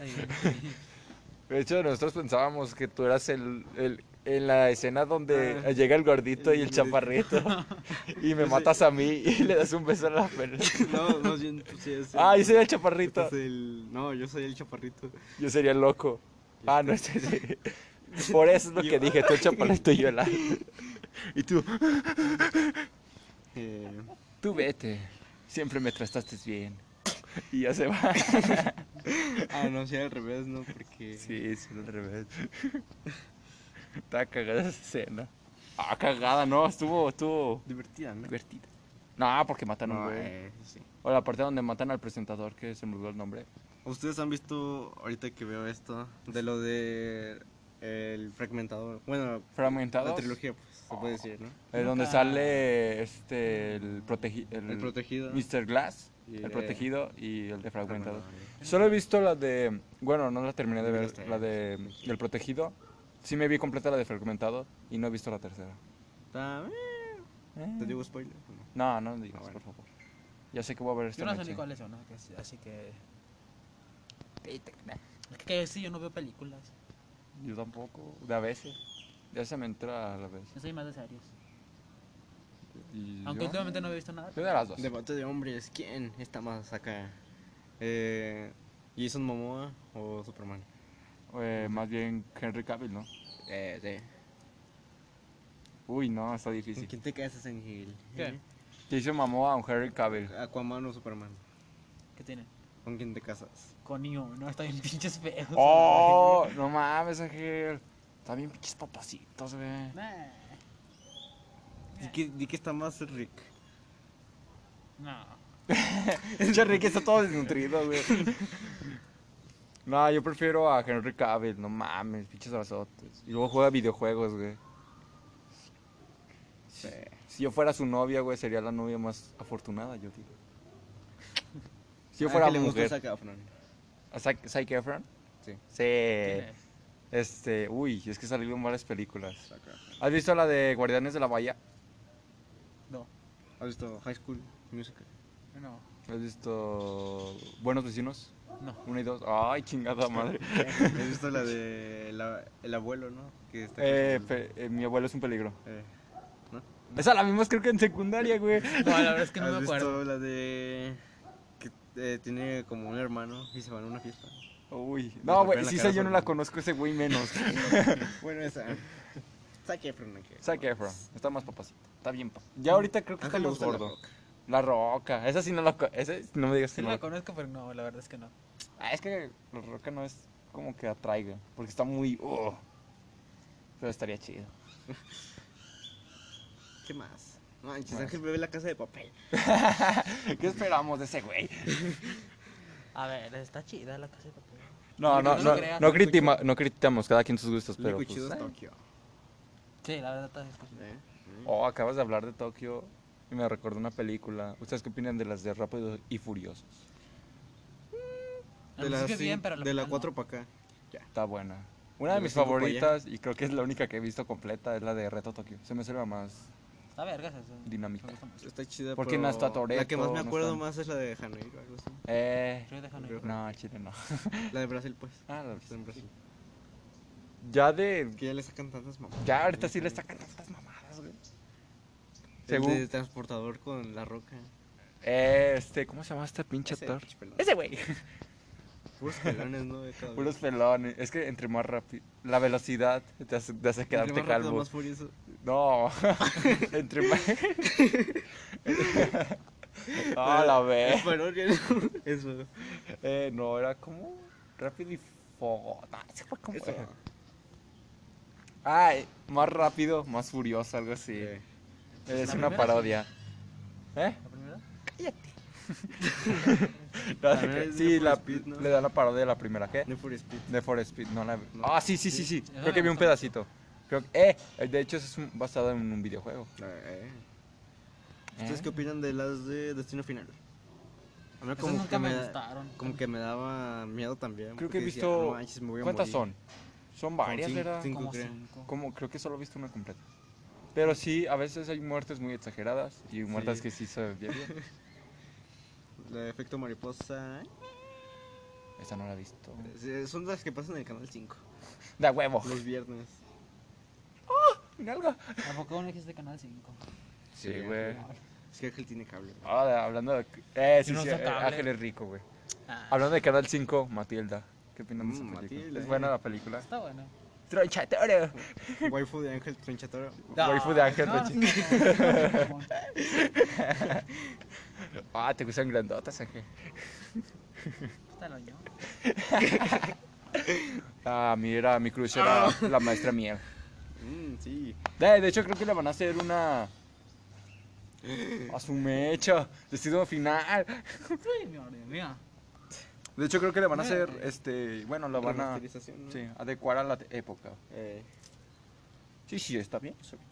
S4: Está bien.
S1: De hecho, nosotros pensábamos que tú eras el, el- en la escena donde llega el gordito y el chaparrito y me matas a mí y le das un beso a la perra.
S2: No, no, yo tú sí es.
S1: Ah, yo
S2: el-
S1: sería el
S2: tú
S1: chaparrito.
S2: Este es el- No, yo soy el chaparrito.
S1: Yo sería el loco. Ah, no, este sí. Por eso es lo que dije, tú el chaparrito y yo la. Y tú,
S2: Eh,
S1: tú vete. Siempre me trataste bien. Y ya se va.
S2: ah, no, sí, al revés, ¿no? Porque.
S1: Sí, es al revés. Estaba cagada esa escena. Ah, cagada, no, estuvo, estuvo
S2: Divertida, ¿no?
S1: divertida. No, porque matan a un
S2: No,
S1: güey.
S2: eh, sí.
S1: O la parte donde matan al presentador que se me olvidó el nombre.
S2: ¿Ustedes han visto, ahorita que veo esto, de lo de el fragmentador? Bueno,
S1: Fragmentado.
S2: la trilogía, pues, se puede decir, ¿no?
S1: Es donde
S4: Nunca-
S1: sale este el, protegi- el,
S2: El protegido.
S1: Mr. Glass,
S2: Y,
S1: el
S2: eh,
S1: protegido y el de fragmentado.
S2: Fragmentador, eh.
S1: Solo he visto la de, bueno, no la terminé de
S2: Yo
S1: ver,
S2: hasta-
S1: la de el protegido. Sí me vi completa la de fragmentado y no he visto la tercera.
S2: Está-
S1: Eh,
S2: ¿Te digo spoiler? o no?
S1: No, no digas,
S2: Ah, bueno.
S1: por favor. Ya sé que voy a ver esta
S4: Yo no sé
S1: noche.
S4: ni cuáles son, ¿no? Que- así que. Es que sí, yo no veo películas.
S1: Yo tampoco, de a veces. Ya se me entra a la vez.
S4: Yo soy más de series.
S1: Y
S4: Aunque
S1: yo,
S4: últimamente no había visto nada.
S1: yo de las dos.
S2: Debate de hombres, ¿quién está más acá? Eh, ¿Jason Momoa o Superman?
S1: Eh, más bien Henry Cavill, ¿no?
S2: Eh, sí.
S1: Uy, no, está
S2: ¿Con
S1: difícil.
S2: quién te casas, Ángel?
S4: ¿Qué?
S2: ¿Eh?
S1: Jason mamó a un Henry Cavill.
S2: ¿Aquaman o Superman?
S4: ¿Qué tiene?
S2: ¿Con quién te casas?
S4: Con niño, no, está bien pinches feos.
S1: ¡Oh! No mames, Ángel. También pinches papacitos, güey.
S4: Nah, Ah.
S2: Di que, di que está más Rick.
S4: no.
S6: Pinche Ricky está todo desnutrido, güey.
S1: No, yo prefiero a Henry Cavill. No mames, pinches brazotes. Y luego juega videojuegos, güey.
S2: Sí.
S1: Si yo fuera su novia, güey, sería la novia más afortunada, yo digo. Si yo fuera
S2: Ángel Ah, le gusta
S1: mujer.
S2: Zac Efron.
S1: ¿A Zac Zac Efron?
S2: Sí.
S1: Sí.
S2: Eh.
S4: tiene-
S1: Este, uy, es que salieron varias películas.
S2: Zac Efron.
S1: ¿Has visto la de Guardianes de la Bahía?
S4: No,
S2: ¿Has visto High School Musical?
S4: no,
S1: ¿Has visto Buenos Vecinos?
S4: no.
S1: Una y dos. Ay, chingada madre.
S2: ¿Has visto la de la- el abuelo, no? Que está
S1: Eh,
S2: casado.
S1: pe- eh, mi abuelo es un peligro.
S2: Eh,
S1: Esa la vimos creo que en secundaria, güey.
S4: No, la verdad es que no
S2: ¿Has
S4: me acuerdo.
S2: visto la de... que eh, tiene como un hermano y se van a una fiesta?
S1: Uy.
S2: golpea
S1: No,
S2: en
S1: güey,
S2: la
S1: si
S2: cara
S1: esa yo no
S2: por-
S1: la conozco, ese güey menos.
S2: bueno, esa. Zac Efron. Ángel.
S1: Zac Efron. Está más papacito. Está bien papá. Ya ahorita creo que está
S2: Ángel le
S1: más
S2: gusta la
S1: gordo.
S2: roca.
S1: La roca. Esa sí no la co- esa sí no me digas que
S4: Sí
S1: no.
S4: la
S1: la-
S4: conozco, pero no, la verdad es que no.
S1: Ah, es que la roca no es como que atraiga. Porque está muy. oh. Pero estaría chido.
S2: ¿Qué más? Manches, Ángel bebe la casa de papel.
S1: ¿Qué esperamos de ese güey?
S4: A ver, está chida la casa de papel.
S1: No, no,
S4: No
S1: no,
S4: creas,
S1: no,
S4: no escucho.
S1: critima- no criticamos, cada quien sus gustos,
S2: Lo
S1: pero
S2: único chido
S1: pues,
S2: es
S1: eh.
S2: Tokio.
S4: Sí, la verdad está bien.
S2: ¿eh?
S1: Oh, acabas de hablar de Tokio y me recordó una película. ¿Ustedes qué opinan de las de Rápido y Furiosos?
S4: Al principio es bien,
S2: cin-
S4: pero al
S2: de la
S4: final no.
S2: 4 para acá.
S1: Está buena. Una de
S2: Yo
S1: mis
S2: me siento para allá.
S1: favoritas, y creo que es la única que he visto completa, es la de Reto Tokio. Se me hace la más
S4: Está vergas eso.
S1: dinámica.
S4: Me gusta mucho.
S2: Está chida.
S1: Porque en
S2: pero
S1: hasta Toretto
S2: La que más me
S1: no
S2: acuerdo
S1: están.
S2: más es la de Janeiro, algo así.
S1: Eh,
S4: Río de Janeiro.
S1: no, chile, no.
S2: La de Brasil, pues.
S1: Ah, la-
S2: Está en Brasil.
S1: Ya de...
S2: Que ya le sacan tantas mamadas.
S1: Ya ahorita sí le sacan tantas mamadas, güey.
S2: El
S1: Según...
S2: de transportador con la roca.
S1: Eh, este, ¿cómo se llama este pinche
S2: Ese
S1: actor?
S2: pinche pelón.
S1: Ese güey.
S2: Puros pelones, ¿no? De cada
S1: Puros pelones. Es que entre más rápido... La velocidad te hace, te hace
S2: Entre más
S1: quedarte
S2: rápido,
S1: calvo.
S2: más furioso.
S1: No, entre más. Ah, la
S2: Es
S1: vez.
S2: parodia, ¿no? Eso.
S1: Eh, no, era como rápido y fogoso. No, ese fue como.
S2: Eso.
S1: Ay, más rápido, más furioso, algo así.
S2: Eh,
S1: Es una
S4: La primera,
S1: parodia. ¿Eh?
S4: ¿La primera?
S1: No,
S2: La primera
S1: que-
S2: es
S1: sí,
S2: Need for
S1: la-
S2: Speed, ¿no?
S1: le da la parodia de la primera. ¿Qué?
S2: No for Speed.
S1: De For Speed, no la.
S2: No.
S1: Ah, sí, sí, sí, sí.
S4: me
S1: Creo que vi un
S4: gusta
S1: pedacito. Creo que. Eh, de hecho, eso es un- basado en un videojuego.
S2: Eh. ¿Ustedes
S1: Eh.
S2: qué opinan de las de Destino Final? A mí
S4: Esas nunca me gustaron.
S2: Como que me daba miedo también.
S1: Creo que
S2: porque
S1: he
S2: decía,
S1: visto.
S2: "No manches, me voy a
S1: ¿Cuántas son?
S2: morir".
S1: Son varias,
S2: cinco-
S1: ¿verdad?
S2: cinco,
S4: Como
S2: creo.
S4: cinco.
S1: Como creo que solo he visto una completa. Pero sí, a veces hay muertes muy exageradas y muertes
S2: Sí.
S1: que sí se ve bien.
S2: La de efecto mariposa.
S1: Esa no la he visto.
S2: eh, Son las que pasan en el canal 5.
S1: Da huevo.
S2: Los viernes.
S1: Nalga.
S4: ¿A poco no dijiste Canal 5?
S1: Sí, güey.
S2: Es que Ángel tiene cable.
S1: Ah, de- hablando de. Eh, sí,
S4: no
S1: sí,
S4: usa
S1: eh,
S4: cable.
S1: Ángel es rico, güey.
S4: Ah,
S1: Hablando de Canal 5, Matilda. ¿Qué opinan de
S2: Mm,
S1: esa película?
S2: Matilda,
S1: ¿Es
S2: eh.
S1: buena la película?
S4: está bueno.
S1: ¡Tronchatoro!
S2: Waifu de Ángel Tronchatoro.
S1: Waifu de Ángel
S4: no,
S1: Rechi.
S4: no, no, no.
S1: Ah, te gustan grandotas, Ángel.
S4: Está lo yo.
S1: Ah, mira, mi cruz era
S2: Ah.
S1: la maestra mía.
S2: Mmm, sí.
S1: De, de hecho, creo que le van a hacer una. A su mecha, vestido final.
S4: Ay, mi madre mía.
S1: De hecho, creo que le van a hacer, este, bueno, la van a
S2: Remasterización, ¿no?
S1: sí, adecuar a la te- época.
S2: Eh,
S1: Sí, sí, está bien. está bien.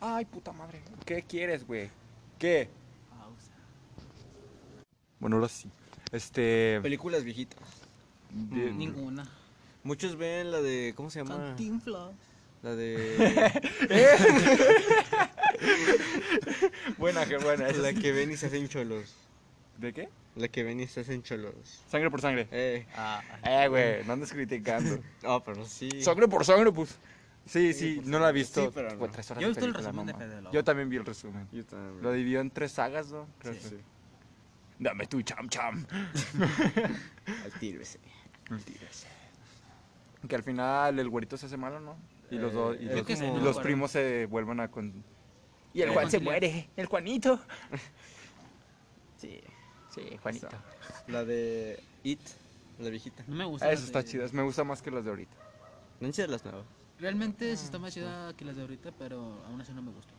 S1: Ay, puta madre. ¿Qué quieres, güey? ¿Qué?
S4: Pausa.
S1: Bueno, ahora sí. Este.
S2: películas viejitas.
S1: de-
S4: Ninguna.
S2: Muchos ven la de. ¿Cómo se llama?
S4: Cantinflas.
S2: La de.
S1: Buena, que buena. esa
S2: la
S1: sí.
S2: que ven y se hacen cholos.
S1: ¿De qué?
S2: La que ven y se hacen cholos.
S1: Sangre por sangre.
S2: Eh,
S4: Ah,
S1: Eh, güey, no andes criticando.
S2: no, pero sí.
S1: sangre por sangre, pues. Sí, sí,
S2: Sí, por
S1: no la he
S2: sangre.
S1: visto.
S2: Sí, pero
S1: Tipo,
S2: no.
S1: tres horas
S4: Yo he
S1: de
S4: visto el
S1: película,
S4: resumen de
S1: mamá.
S4: Pedro Lobo.
S1: Yo también vi el resumen.
S2: Yo también.
S1: Lo dividió en tres sagas, ¿no? Creo
S4: Sí.
S1: que sí. Dame tu cham cham.
S2: Al tiro ese.
S1: Que al final el güerito se hace malo, ¿no? Y los
S2: Eh,
S1: dos y
S2: es
S1: los,
S4: que se
S1: y
S4: enoja,
S1: los
S4: ¿no?
S1: primos se vuelven a con Y el
S4: Eh,
S1: Juan se
S4: conciliar.
S1: muere, el Juanito.
S2: Sí.
S1: Sí, Juanito.
S2: La de It, la viejita.
S4: no me gusta.
S1: Eso está chido, me gusta más que las de ahorita.
S2: No en serio las nuevas.
S4: Realmente sí está más chida que las de ahorita, pero aún así no me gusta.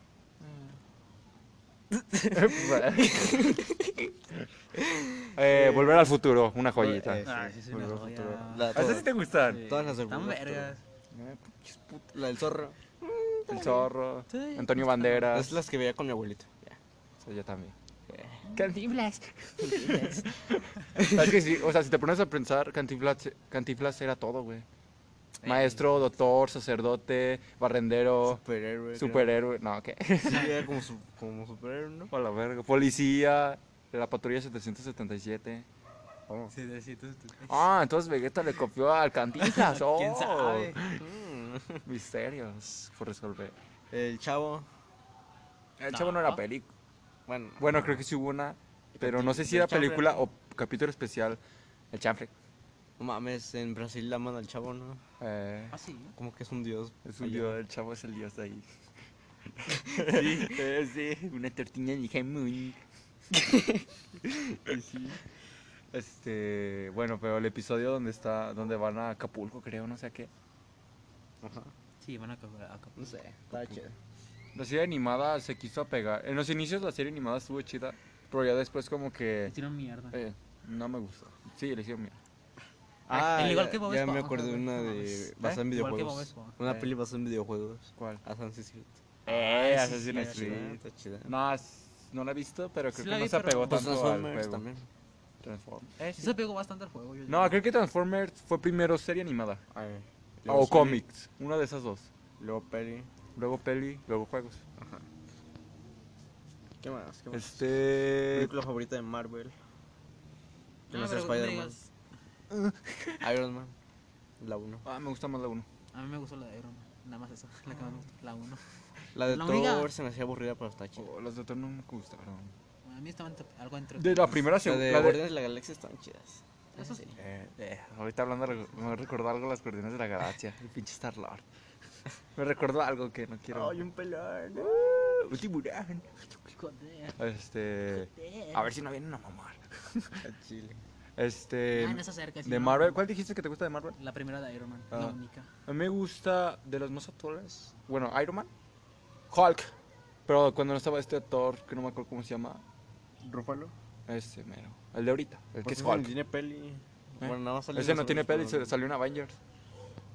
S1: Eh, volver al futuro, una joyita.
S2: Eh,
S4: Ah,
S2: sí,
S4: sí, sí,
S2: muy
S4: una
S2: buen
S4: joya.
S2: futuro. La,
S1: ¿A esas Ah, sí te gustan?
S4: Sí.
S2: Todas las de
S4: Están
S2: Volver al
S4: vergas.
S1: Eh, pinches putas.
S2: la del zorro.
S1: El zorro,
S4: Sí.
S1: Antonio Banderas.
S2: Es las que veía con mi abuelito. Ya.
S1: Sí, yo también. Cantinflas. es que sí, o sea, si te pones a pensar, Cantinflas, Cantinflas era todo, güey. Maestro, doctor, sacerdote, barrendero,
S2: Oh, Superhéroe.
S1: superhéroe, no, ¿qué?
S2: creo. Sí, era como, su- como superhéroe, ¿no?
S1: A la verga. Policía, de la patrulla 777.
S4: Sí, sí, sí, tú- tú-
S1: Ah, entonces Vegeta le copió al Cantinflas. Oh,
S4: ¿Quién sabe?
S2: Mm.
S1: Misterios por resolver.
S2: El chavo.
S1: El chavo no era
S4: No.
S1: peli.
S2: Bueno,
S1: Bueno, creo que sí hubo una, pero no sé si
S2: Del
S1: era
S2: chanfle.
S1: película o capítulo especial. El chanfle.
S2: no mames, en Brasil aman al chavo, ¿no?
S1: Eh,
S4: Ah, sí.
S2: Como que es un dios.
S1: Es un dios, el chavo es el dios de ahí. sí, eh, sí, una tortilla de jamón. Y sí. Este, bueno, pero el episodio donde está, donde van a Acapulco, creo, no sé a qué.
S4: Sí, van a acabar. acá.
S2: No sé, está chido.
S1: La serie animada se quiso apegar. En los inicios la serie animada estuvo chida, pero ya después como que
S4: Hicieron mierda.
S1: eh, no me gustó. Sí, le hicieron miedo.
S4: Ah,
S2: Ah,
S4: el igual
S2: ya-
S4: que Bob
S2: ya me
S4: Esponja,
S2: acordé de
S4: güey.
S2: una
S4: No
S2: de
S4: mames.
S2: basada en
S4: ¿Eh? Igual que Bob
S2: videojuegos.
S4: Esponja.
S2: Una
S1: Eh.
S2: peli basada en videojuegos. Ah,
S1: ¿Cuál?
S2: Assassin's Creed.
S1: Eh,
S4: sí,
S1: Assassin's
S4: sí,
S1: Creed.
S2: Está chida.
S1: No, es- no la he visto, pero
S4: Sí
S1: creo
S4: la
S1: que no
S4: vi,
S1: se
S4: pero-
S1: apegó
S2: Pues
S1: tanto al
S2: Transformers
S1: juego.
S2: también.
S1: Transformers.
S4: Sí se pegó bastante al juego. yo
S1: No,
S4: digo.
S1: creo que Transformers fue primero serie animada.
S2: Luego
S1: Ah, O
S2: serie,
S1: cómics, una de esas dos.
S2: Luego peli.
S1: Luego peli, luego juegos.
S2: ¿Qué más? ¿Qué más?
S1: Este.
S2: Película favorita de Marvel.
S4: No,
S2: No sé,
S4: Ah, pero
S2: Spider-Man.
S4: digas,
S2: Iron Man. La 1.
S1: Ah, me gusta más la 1.
S4: A mí me gustó la de Iron Man. Nada más esa. La que más me gustó. La 1.
S2: La de
S4: La
S2: Thor
S4: única-
S2: se me hacía aburrida, pero está chida.
S1: Oh, las de Thor no me gustaron.
S4: A mí estaba entre- algo entre.
S1: De la primera
S2: La de
S1: segunda.
S2: Guardianes de la Galaxia estaban chidas.
S4: Eso sí.
S1: Eh, ahorita hablando, re- me recordó algo las coordenadas de la galaxia. El pinche Star Lord. Me recordó algo que no quiero. Uh,
S2: un pelón.
S1: un tiburón.
S4: Joder. Ah,
S1: Este. A ver si no vienen a mamar.
S2: Chile.
S1: Este.
S4: Ah, no se acerca, si
S1: de
S4: no-
S1: Marvel. ¿Cuál dijiste que te gusta de Marvel?
S4: La primera de Iron Man.
S1: Ah.
S4: La única.
S1: A mí me gusta de los más actuales. Bueno, Iron Man. Hulk. Pero cuando no estaba este actor, que no me acuerdo cómo se llama.
S2: Rúfalo.
S1: Este mero. El de ahorita. El que
S2: Porque
S1: es
S2: ese
S1: Hulk.
S2: no tiene peli.
S4: Eh.
S2: Bueno, nada más sale
S1: Ese no
S2: nosotros,
S1: tiene peli,
S2: pero-
S1: se- salió en Avengers.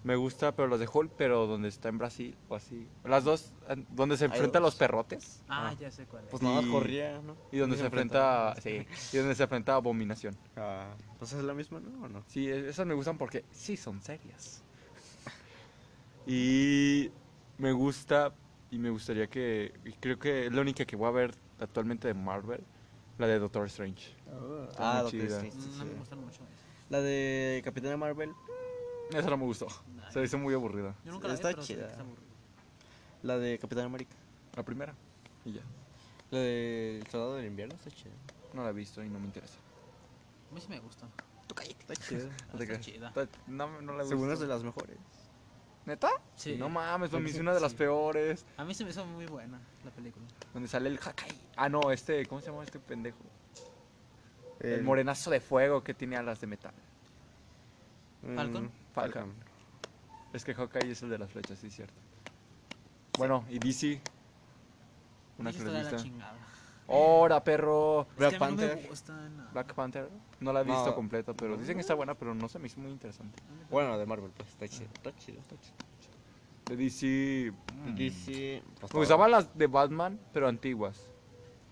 S1: Me gusta, pero los de Hulk, pero donde está en Brasil o así. Las dos, eh, donde se
S2: Hay
S1: enfrenta a los
S2: dos.
S1: perrotes.
S4: Ah, ya sé cuál es.
S2: Pues nada más
S1: Y-
S2: corría, ¿no?
S1: Y donde se enfrenta, sí, y donde se enfrenta a Abominación.
S2: Ah, pues es la misma, ¿no? ¿O no?
S1: Sí, e- esas me gustan porque sí son serias. Y me gusta y me gustaría que y creo que es la única que voy a ver actualmente de Marvel, la de Doctor Strange. muy
S2: ah, Doctor
S1: chida.
S2: Strange, sí,
S4: Mm, no me
S2: sí.
S4: gustan mucho esas.
S2: La de Capitana Marvel.
S1: Esa no me gustó. Se hizo muy aburrida.
S4: Yo nunca la vi,
S2: Está
S4: pero sé que
S2: chida.
S4: está aburrida.
S2: La de Capitán América.
S1: La primera. Y ya.
S2: La de El Soldado del Invierno está chida.
S1: No la he visto y no me interesa.
S4: A mí sí me gusta.
S2: Está chida.
S1: No te
S4: Ah, Está
S1: creas.
S4: chida.
S1: Está- No, no la he
S2: Según es
S1: visto.
S2: de las mejores.
S1: ¿Neta?
S4: Sí.
S1: No mames, para mí es una de las
S4: Sí.
S1: peores.
S4: A mí se me hizo muy buena la película.
S1: Donde sale el Hakai. Ah, no, este, ¿cómo se llama este pendejo? El,
S2: El-
S1: morenazo de fuego que tiene alas de metal.
S4: Falcon.
S2: Mm,
S1: Falcon. Es que Hawkeye es el de las flechas, sí, cierto. Bueno, y DC. Una
S4: Dije, está de la
S1: cruzista.
S4: chingada.
S1: ¡Hora, perro!
S2: Black
S4: es que a mí No me
S2: Panther.
S4: gustan. no.
S1: Black Panther. No la he visto
S2: No.
S1: completa, pero dicen que está buena, pero no se me hizo muy interesante.
S2: Bueno, de Marvel, pues está chida. Está chida, está chida.
S1: De DC. mm.
S2: DC.
S1: Me gustaban Pues las de Batman, pero antiguas.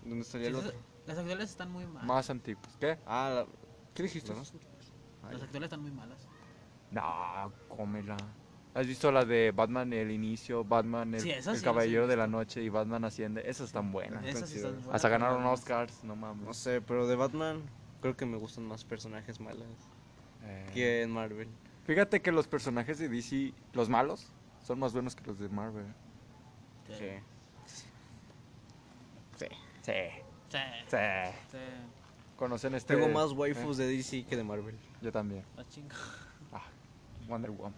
S2: ¿Dónde estaría
S4: Sí,
S2: el
S4: esas-
S2: otro?
S4: Las actuales están muy malas.
S1: Más antiguas. ¿Qué?
S2: Ah, la.
S1: ¿Qué dijiste?
S2: la más-
S4: Las actuales están muy malas.
S1: No, cómela. ¿Has visto la de Batman el inicio, Batman el,
S4: Sí, esa
S1: el
S4: sí,
S1: Caballero
S4: sí,
S1: de
S4: sí.
S1: la Noche y Batman Asciende? Esas están buenas.
S4: Esas sí están buenas,
S1: Hasta ganaron
S4: pero-
S1: Oscars, no
S2: No
S1: mames.
S2: sé, pero de Batman creo que me gustan más personajes malos
S1: Eh,
S2: que en Marvel.
S1: Fíjate que los personajes de DC, los malos, son más buenos que los de Marvel.
S4: Sí.
S1: Sí,
S4: Sí,
S1: sí.
S4: sí.
S1: Conocen este.
S2: Tengo más waifus de DC que de Marvel.
S1: Yo también.
S4: Más chingo.
S1: Ah, Wonder Woman.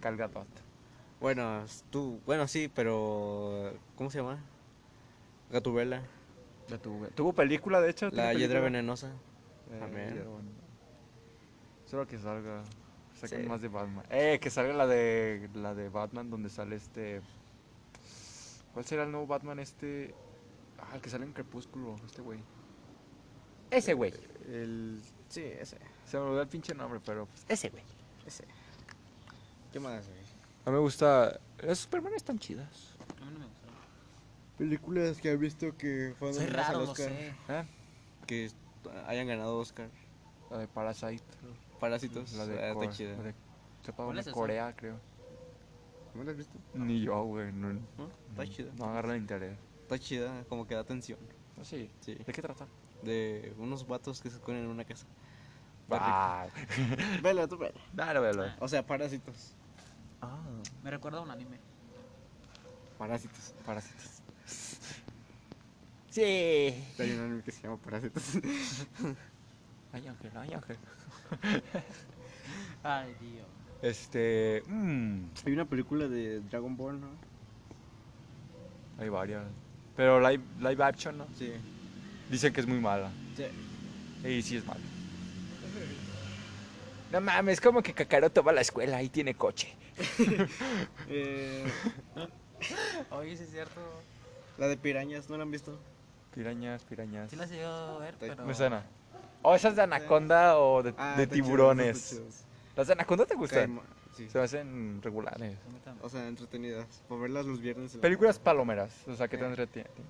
S1: Gal Gadot.
S2: Bueno, s- tú, bueno, sí, pero ¿cómo se llama? Gatubela,
S1: Tuvo película, de hecho.
S2: la
S1: tiene película.
S2: hiedra venenosa.
S1: Eh,
S2: Amén.
S1: hiedra venenosa. Solo que salga. Saquen
S2: Sí.
S1: más de Batman. Eh, que salga la de la de Batman donde sale este. ¿Cuál será el nuevo Batman este? Ah, el que sale en Crepúsculo, este güey. Ese güey.
S2: El sí, ese,
S1: Se me olvidó el pinche nombre, pero pues,
S6: Ese, güey.
S2: ese. ¿Qué más? güey?
S1: No me gusta. Las Superman están chidas.
S4: A mí no me gusta.
S8: Películas que ha visto que fueron
S4: Soy
S8: nominadas al
S4: raro, no
S8: Oscar.
S4: sé.
S1: ¿Eh?
S2: Que est- hayan ganado Oscar.
S1: La de Parasite.
S2: Parásitos,
S1: La
S2: ah,
S1: de,
S2: está
S1: Cor-
S2: chida.
S1: la de- sepa
S4: ¿Cuál
S1: dónde,
S4: es esa?
S1: Corea, creo.
S8: ¿No las has visto?
S1: Ni yo, güey. No,
S2: ¿No? Está chida.
S1: no agarra el interés.
S2: Está chida, como que da tensión.
S1: No, sí.
S2: Sí.
S1: ¿De qué trata?
S2: De unos vatos que se esconden en una casa.
S1: Ah,
S2: Vela, tú vela.
S1: dale, velo.
S2: O sea, parásitos.
S1: Ah,
S4: Me recuerda a un anime.
S8: Parásitos.
S1: Parásitos.
S6: Sí.
S8: Hay un anime que se llama Parásitos.
S1: Ay, Ángel, ay, Ángel.
S4: Ay, Dios.
S1: Este. mm,
S8: Hay una película de Dragon Ball, ¿no?
S1: hay varias. Pero live, live action, ¿no?
S8: Sí.
S1: Dicen que es muy mala.
S8: Sí.
S1: Y sí es mala.
S6: No mames, como que Kakaroto va a la escuela y tiene coche.
S8: Eh,
S4: Oye, sí es cierto.
S8: la de Pirañas, ¿no la han visto?
S1: Pirañas, pirañas.
S4: Sí las he llegado a ver,
S8: Está-
S4: pero...
S1: Me suena.
S6: O esas de anaconda o de,
S8: Ah,
S1: de
S8: está chido,
S1: tiburones.
S8: está chido.
S1: ¿Las de Anaconda te
S8: Cae
S1: gustan?
S8: ma- sí.
S1: Se me hacen regulares.
S4: A mí también.
S8: O sea, entretenidas. Para verlas los viernes. en la
S1: Películas palomeras, o sea, que te
S8: Eh.
S1: entretienen.
S8: noche.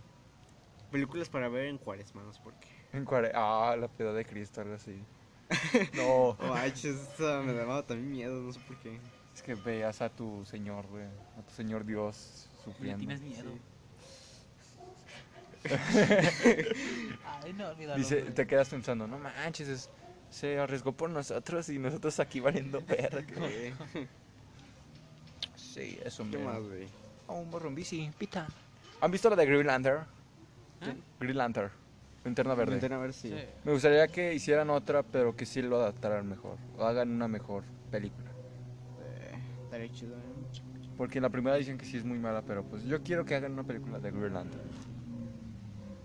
S8: Películas para ver en Juárez, manos, porque.
S1: En cuare- Ah, la piedad de Cristo, algo así. No,
S8: Oh, ay, chis, esa me daba también miedo, no sé por qué.
S1: es que veas a tu Señor, güey, a tu Señor Dios
S4: Le
S1: sufriendo.
S4: tienes miedo. Ay, no, olvídalo.
S1: Dice,
S4: hombre.
S1: te quedas pensando, no manches, es- se arriesgó por nosotros y nosotros aquí valiendo perra.
S8: ¿Qué,
S1: Sí, eso
S8: ¿Qué más,
S1: me.
S8: güey?
S1: Oh, un morro en bici, pita. ¿Han visto la de Green Lantern?
S4: ¿Eh?
S1: Green Lantern, Linterna Verde.
S8: Intenten a ver si.
S4: Sí.
S1: Me gustaría que hicieran otra, pero que sí lo adaptaran mejor. O hagan una mejor película.
S8: eh, estaría chido, ¿eh?
S1: Porque en la primera dicen que sí es muy mala, pero pues yo quiero que hagan una película de Green Lantern.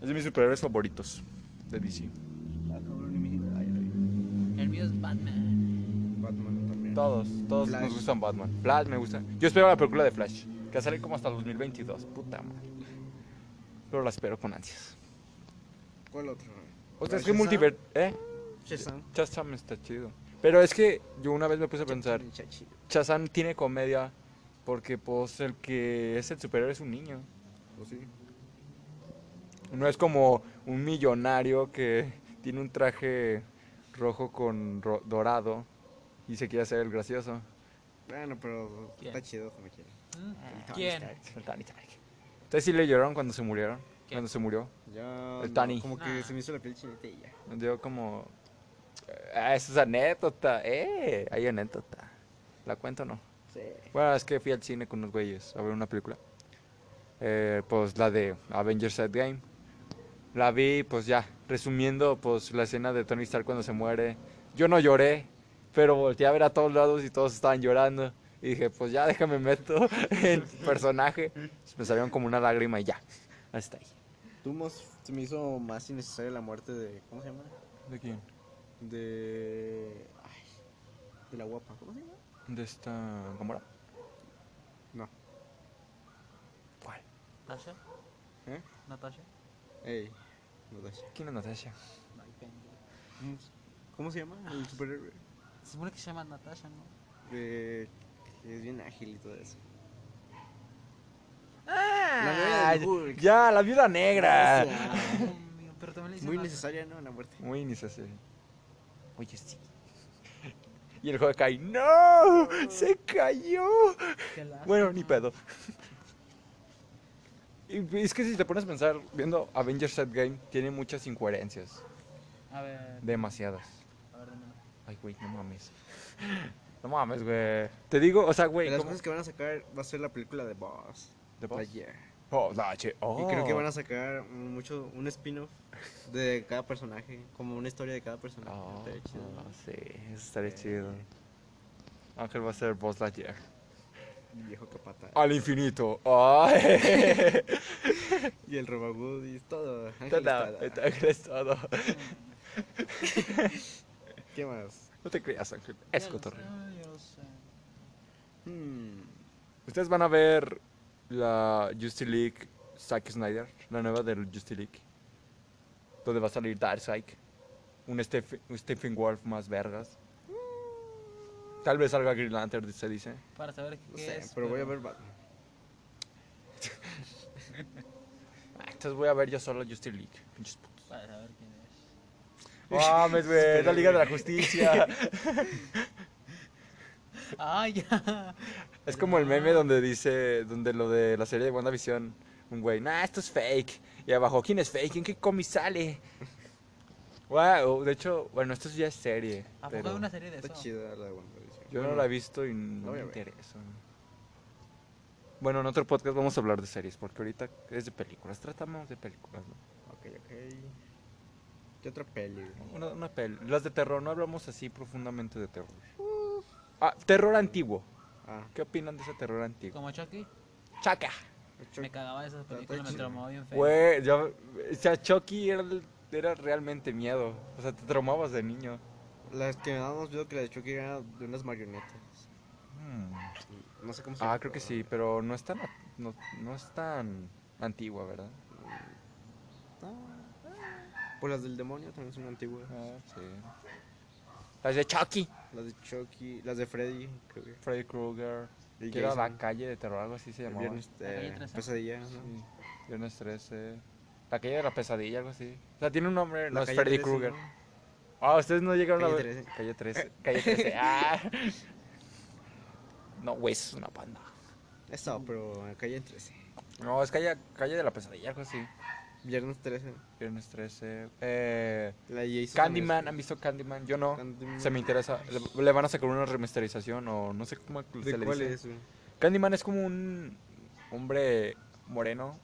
S1: Es de mis superhéroes favoritos de DC.
S8: Ah, cabrón, y mi- ay, ay,
S4: El mío es Batman.
S8: Batman también.
S1: Todos, todos
S8: Flash.
S1: nos gustan Batman. Flash me gusta. Yo espero la película de Flash, que va a salir como hasta el 2022. Puta madre. Pero la espero con ansias.
S8: ¿Cuál otro?
S1: O sea,
S8: ¿La
S1: es que
S8: Shazam?
S1: multiver... ¿Eh?
S8: Shazam.
S1: Shazam está chido. Pero es que yo una vez me puse a pensar,
S8: Está chido.
S1: Shazam tiene comedia porque pues el que es el superhéroe es un niño.
S8: Pues sí.
S1: No es como un millonario que tiene un traje rojo con ro- dorado y se quiere hacer el gracioso.
S8: Bueno, pero
S4: ¿Quién?
S8: está chido como quiera.
S4: ¿Mm?
S8: Tony
S4: ¿Quién?
S8: Stark.
S6: El Tony Stark.
S1: ¿Ustedes sí le lloraron cuando se murieron?
S4: ¿Qué?
S1: Cuando se murió.
S8: Ya.
S1: El
S8: no,
S1: Tani.
S8: Como que
S4: Nah.
S8: se me hizo la piel chinita y ya.
S1: Me dio como...
S6: Ah, esa es anécdota. Eh, hay anécdota. ¿La cuento o no?
S8: Sí.
S1: Bueno, es que fui al cine con unos güeyes a ver una película. Eh, pues la de Avengers Endgame. La vi, pues ya, resumiendo, pues la escena de Tony Stark cuando se muere. Yo no lloré, pero volteé a ver a todos lados y todos estaban llorando. Y dije, pues ya, déjame meto el personaje. Pues, Me salieron como una lágrima y ya. Hasta ahí.
S8: Tú más, se me hizo más innecesaria la muerte de. ¿Cómo se llama?
S1: ¿De quién?
S8: De. Ay, de la guapa. ¿Cómo se llama?
S1: ¿De esta Gamora?
S8: No.
S1: ¿Cuál?
S4: ¿Natasha?
S8: ¿Eh?
S4: ¿Natasha?
S8: Ey, Natasha.
S1: ¿Quién es Natasha?
S4: Ay, pendejo.
S8: ¿Cómo se llama? El superhéroe.
S4: Se supone que se llama Natasha, ¿no?
S8: Eh, que es bien ágil y todo eso.
S6: Ah,
S8: novia de Hulk.
S6: ya, la viuda negra.
S4: Dios Ah, mío, Pero también le dicen
S8: Ah. Muy
S4: Natasha.
S8: necesaria, ¿no? La muerte.
S1: Muy innecesario.
S6: Oye, sí.
S1: Y el juego cae. ¡No! ¡Se cayó! Bueno, ni pedo. Y es que si te pones a pensar, viendo Avengers Endgame, tiene muchas incoherencias.
S4: A ver,
S1: Demasiadas.
S4: a ver, dámelo.
S1: Ay, güey, no mames. No mames, güey. Te digo, o sea,
S2: De
S1: güey.
S2: las
S1: ¿cómo?
S2: cosas que van a sacar va a ser la película de Boss.
S1: ¿De Boss?
S2: Lightyear.
S1: Oh, la che-
S2: Y creo que
S1: oh.
S2: van a sacar mucho, un spin-off de cada personaje, como una historia de cada personaje.
S1: Oh,
S2: Estaría chido, ¿no?
S1: sí, eso estaría chido. Ángel va a ser Boss Lightyear.
S2: El viejo capata.
S1: Al infinito. Ay.
S2: Y el Robagud y todo. Ángel
S1: Todo,
S2: Estrada.
S1: Ángel es todo.
S2: ¿Qué más?
S1: No te creas, Ángel. Es
S4: Ya lo
S1: cotorreo.
S4: sé, ya lo sé.
S2: Hmm,
S1: Ustedes van a ver la Justice League Zack Snyder, la nueva del Justice League. Donde va a salir Darkseid. Un, Steph- un Stephen Wolf más vergas. Tal vez salga Green Lantern, se dice.
S4: Para saber qué
S2: no sé,
S4: es.
S2: pero voy a ver Batman.
S1: Ah, Entonces voy a ver yo solo Justice League. Pinches putos.
S4: Para saber quién es.
S1: Mames, güey. La Liga de la Justicia.
S4: ¡Ay, ya!
S1: Es como el meme donde dice, donde lo de la serie de WandaVision, un güey, nah, esto es fake. Y abajo, ¿quién es fake? ¿En qué cómic sale? Wow, de hecho, bueno, esto ya es serie.
S4: ¿A poco
S1: Pero
S4: hay una serie de eso?
S2: Está chida la de WandaVision.
S1: Yo no
S2: Bueno,
S1: la he visto y no
S2: voy
S1: me
S2: a ver.
S1: interesa. Bueno, en otro podcast vamos a hablar de series, porque ahorita es de películas, tratamos de películas, ¿no?
S2: Ok, ok. ¿Qué otra peli? güey?
S1: Una, una pel- Las de terror, no hablamos así profundamente de terror. Ah, terror antiguo.
S2: Ah,
S1: ¿Qué opinan de ese terror antiguo?
S4: Como Chucky,
S1: Chaca.
S2: Chuck-
S4: me cagaba de esas
S2: Está- está
S4: películas, me
S2: chido.
S4: traumaba bien feo.
S1: Güey, yo, o sea, Chucky era, el- era realmente miedo. O sea, te traumabas de niño.
S2: Las que me daban más miedo que la de Chucky era de unas marionetas. No sé cómo se
S1: Ah,
S2: llama.
S1: creo que Mm, sí, pero no es tan, a- no, no es tan antigua, ¿verdad?
S2: Pues las del demonio también son antiguas.
S1: Ah, sí. Las de Chucky.
S2: Las de Chucky, las de Freddy, creo que.
S1: Freddy Krueger.
S2: De
S1: Que era la
S2: Jason.
S1: calle de terror, algo así se
S2: El
S1: llamaba.
S2: viernes
S4: calle
S2: eh,
S4: 13?
S2: pesadilla, ¿no?
S1: Sí, viernes 13. La calle de la pesadilla, algo así. O sea, tiene un nombre, no es
S2: calle
S1: Freddy
S2: 13,
S1: Krueger.
S2: ¿no?
S1: Ah, ustedes no llegaron
S2: Calle
S1: a ver.
S2: 13.
S1: Calle 13. Calle 13. Ah. No, güey, eso es una panda.
S2: Eso, pero en calle 13.
S1: No, es calle, calle de la pesadilla, algo así.
S2: Viernes 13.
S1: Viernes 13. Eh,
S2: La de Jason.
S1: Candyman, ¿han
S2: también
S1: visto Candyman? Yo no.
S2: es- Candyman.
S1: Se me interesa. Le, le van a sacar una remasterización o no sé cómo se
S2: ¿De
S1: le
S2: cuál
S1: dice.
S2: es, güey?
S1: Candyman es como un hombre moreno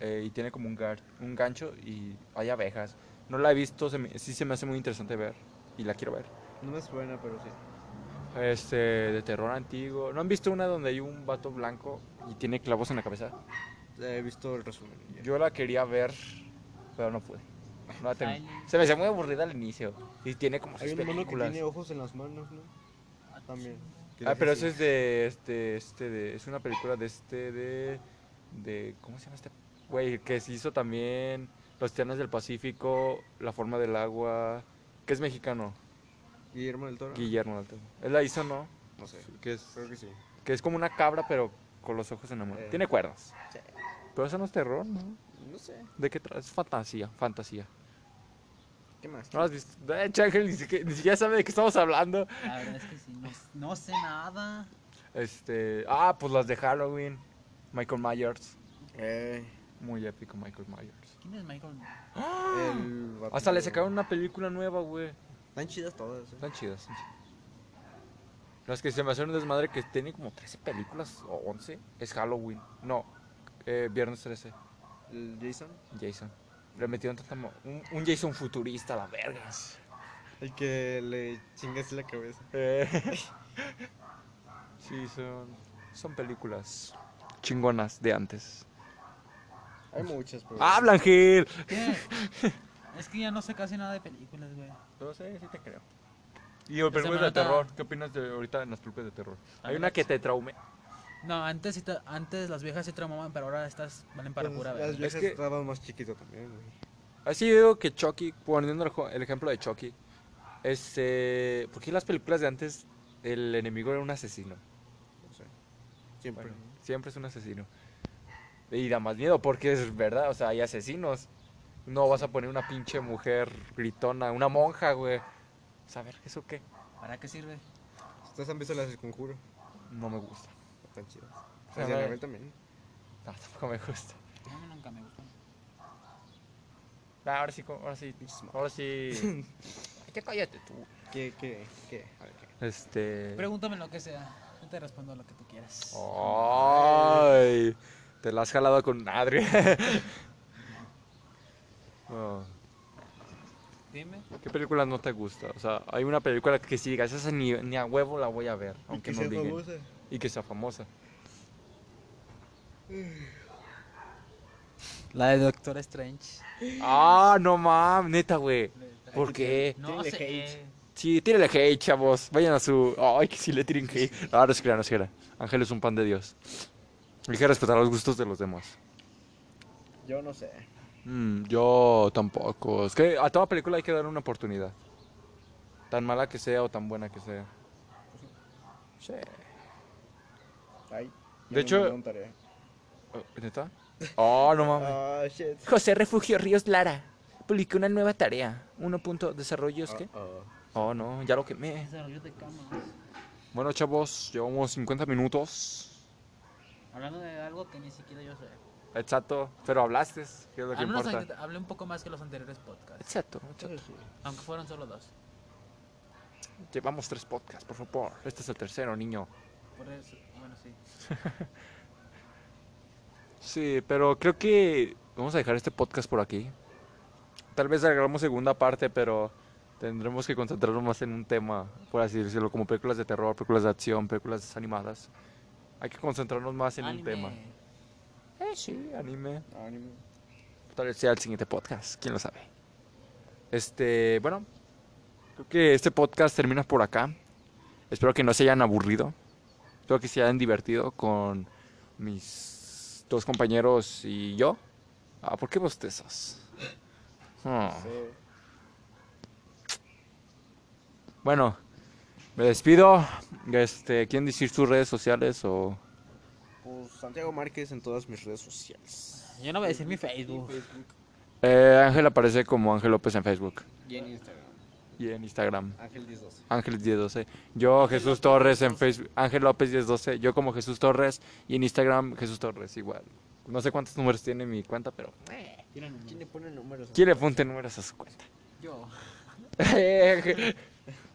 S1: eh, y tiene como un, gar- un gancho y hay abejas. No la he visto, se me- sí se me hace muy interesante ver y la quiero ver.
S2: No me suena, pero sí.
S1: Este, de terror antiguo. ¿No han visto una donde hay un vato blanco y tiene clavos en la cabeza?
S2: He visto el resumen. ya.
S1: Yo la quería ver, pero no pude. No la terminé.
S4: Ay.
S1: Se me hacía muy aburrida al inicio. Y tiene como
S2: Hay
S1: seis
S2: un mono que
S1: pues, películas.
S2: tiene ojos en las manos, ¿no? También.
S1: Ah, pero eso es de este, este, de, es una película de este, de, de, ¿cómo se llama este? Güey, que se hizo también Los Tiernos del Pacífico, La Forma del Agua, que es mexicano,
S2: Guillermo del Toro.
S1: Guillermo del Toro. Él la hizo, ¿no?
S2: no sé.
S1: Que es,
S2: Creo que sí.
S1: que es como una cabra, pero con los ojos en la mano.
S2: Eh.
S1: Tiene cuerdas.
S2: Sí.
S1: Pero eso no es terror, ¿no?
S2: No sé.
S1: ¿De qué tra- Es fantasía, fantasía.
S2: ¿Qué más?
S1: ¿No lo has visto? De hecho, Ángel ni siquiera, ni siquiera sabe de qué estamos hablando.
S4: La verdad es que sí, no, no sé nada.
S1: Este, ah, pues las de Halloween, Michael Myers.
S2: Eh,
S1: Muy épico Michael Myers.
S4: ¿Quién es Michael?
S2: el vato
S1: Hasta le
S2: nuevo.
S1: sacaron una película nueva, güey.
S2: Están chidas todas. ¿eh?
S1: Están chidas. están chidas. Las que se me hacen un desmadre que tiene como 13 películas o 11 es Halloween. No, eh, Viernes 13,
S2: El Jason.
S1: Jason. Le metieron tanta mo- un, un Jason futurista a la verga.
S2: El que le chingas la cabeza.
S1: Eh, sí, son, son películas chingonas de antes.
S2: Hay muchas, pero.
S1: ¡Habla, Ángel!
S4: ¿Qué? es que ya no sé casi nada de películas, güey.
S1: No sé, sí te creo. Y o
S4: Esa
S1: películas de
S4: nota-
S1: terror. ¿Qué opinas de ahorita en las películas de terror? Hay
S4: También
S1: una
S4: las-
S1: que te traume.
S4: No, antes, sí te- antes las viejas se traumaban, pero ahora estas valen para
S2: Pues,
S4: pura
S2: Las
S4: verga.
S2: viejas
S1: que-
S2: estaban más chiquito también, güey.
S1: Así Ah, digo que Chucky, poniendo el, jo- el ejemplo de Chucky, este, porque en las películas de antes el enemigo era un asesino.
S2: No sé. Siempre.
S1: Bueno, siempre es un asesino. Y da más miedo porque es verdad, o sea, hay asesinos. No vas a poner una pinche mujer gritona, una monja, güey. O sea, a ver, ¿eso qué?
S4: ¿Para qué sirve?
S2: ¿Ustedes han visto las del conjuro?
S1: No me gusta.
S2: Están chidas. Las de
S1: Pero,
S2: Anabel también.
S1: No, tampoco me gusta.
S4: A mí nunca me gustó.
S1: Ah, ahora sí, co- ahora sí. Ahora sí. Ya cállate tú.
S2: ¿Qué, qué, qué? A ver, ¿qué?
S1: Este.
S4: Pregúntame lo que sea. Yo te respondo lo que tú quieras.
S2: Oh.
S1: Ay, te la has jalado con Adri. Oh,
S4: Dime.
S1: ¿Qué películas no te gusta? O sea, hay una película que si digas, esa ni, ni a huevo la voy a ver, aunque no digan. Y que sea famosa.
S4: La de Doctor Strange.
S1: Ah, no mames, neta, güey. ¿Por qué?
S4: No
S2: Tiene
S4: sé.
S1: Sí, tírenle hate, chavos. Vayan a su. Ay, que si le tiren hate. Ah, No, no se crean, no se crean. Ángel es un pan de Dios. Hay que respetar los gustos de los demás.
S2: Yo no sé.
S1: Mm, yo tampoco. Es que a toda película hay que darle una oportunidad. Tan mala que sea o tan buena que sea.
S2: Ay,
S1: De hecho- Oh, ¿Neta? Oh, no mames.
S2: Ah, shit.
S1: José Refugio Ríos Lara publicó una nueva tarea. Uno punto desarrollos que.
S2: Uh-oh.
S1: Oh, no, ya lo quemé.
S4: Desarrollo de cámaras.
S1: Bueno, chavos, llevamos 50 minutos.
S4: Hablando de algo que ni siquiera yo sé.
S1: Exacto, pero hablaste, que es lo que
S4: Al menos
S1: importa.
S4: ahorita hablé un poco más que los anteriores podcasts.
S1: Exacto, exacto.
S4: Aunque fueron solo dos.
S1: Llevamos tres podcasts, por favor. Este es el tercero, niño.
S4: Por eso, bueno, sí.
S1: Sí, pero creo que vamos a dejar este podcast por aquí. Tal vez agregamos segunda parte, pero tendremos que concentrarnos más en un tema, por así decirlo, como películas de terror, películas de acción, películas animadas. Hay que concentrarnos más en
S4: Anime.
S1: un tema. Eh, sí, anime. Tal vez sea el siguiente podcast, quién lo sabe. Este, bueno, creo que este podcast termina por acá. Espero que no se hayan aburrido. Espero que se hayan divertido con mis dos compañeros y yo. Ah, ¿por qué bostezas? Ah.
S2: Pues,
S1: Bueno, me despido. Este, ¿quieren decir sus redes sociales o
S2: Pues Santiago Márquez en todas mis redes sociales.
S4: Yo no voy a decir mi Facebook.
S1: Eh, Ángel aparece como Ángel López en Facebook
S8: Y en Instagram.
S1: y en Instagram.
S8: Ángel 1012.
S1: Ángel 1012. Yo, Jesús Torres en Facebook. Ángel López 1012. Yo como Jesús Torres. Y en Instagram, Jesús Torres, igual. No sé cuántos números tiene mi cuenta, pero.
S2: ¿Quién le pone números?
S1: ¿Quién le apunte números a su cuenta?
S4: Yo.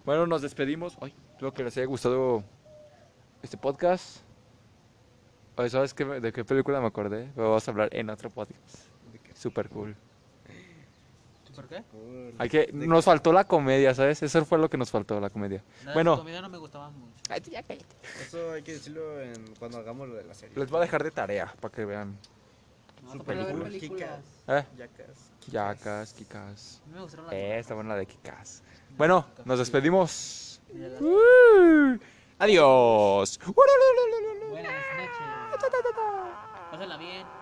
S1: bueno, nos despedimos. Ay, espero que les haya gustado este podcast. Ay, ¿Sabes qué, me- de qué película me acordé? Lo vamos a hablar en otro podcast. Super cool.
S4: ¿Por qué?
S1: Hay que, nos faltó la comedia, ¿sabes? Eso fue lo que nos faltó, la comedia.
S4: La
S1: Bueno.
S4: de comida no me gustaba mucho.
S2: Eso hay que decirlo en- cuando hagamos lo de la serie.
S1: Les voy a dejar de tarea para que vean.
S4: No, pero ver
S2: película.
S4: películas.
S1: ¿Eh?
S2: Yacas.
S1: Yacas, Kikas.
S4: A mí me gustaron las
S1: Eh, está buena la de Kikas. Bueno, nos despedimos.
S4: películas.
S1: Uh, Adiós.
S4: Buenas noches. Pásala bien.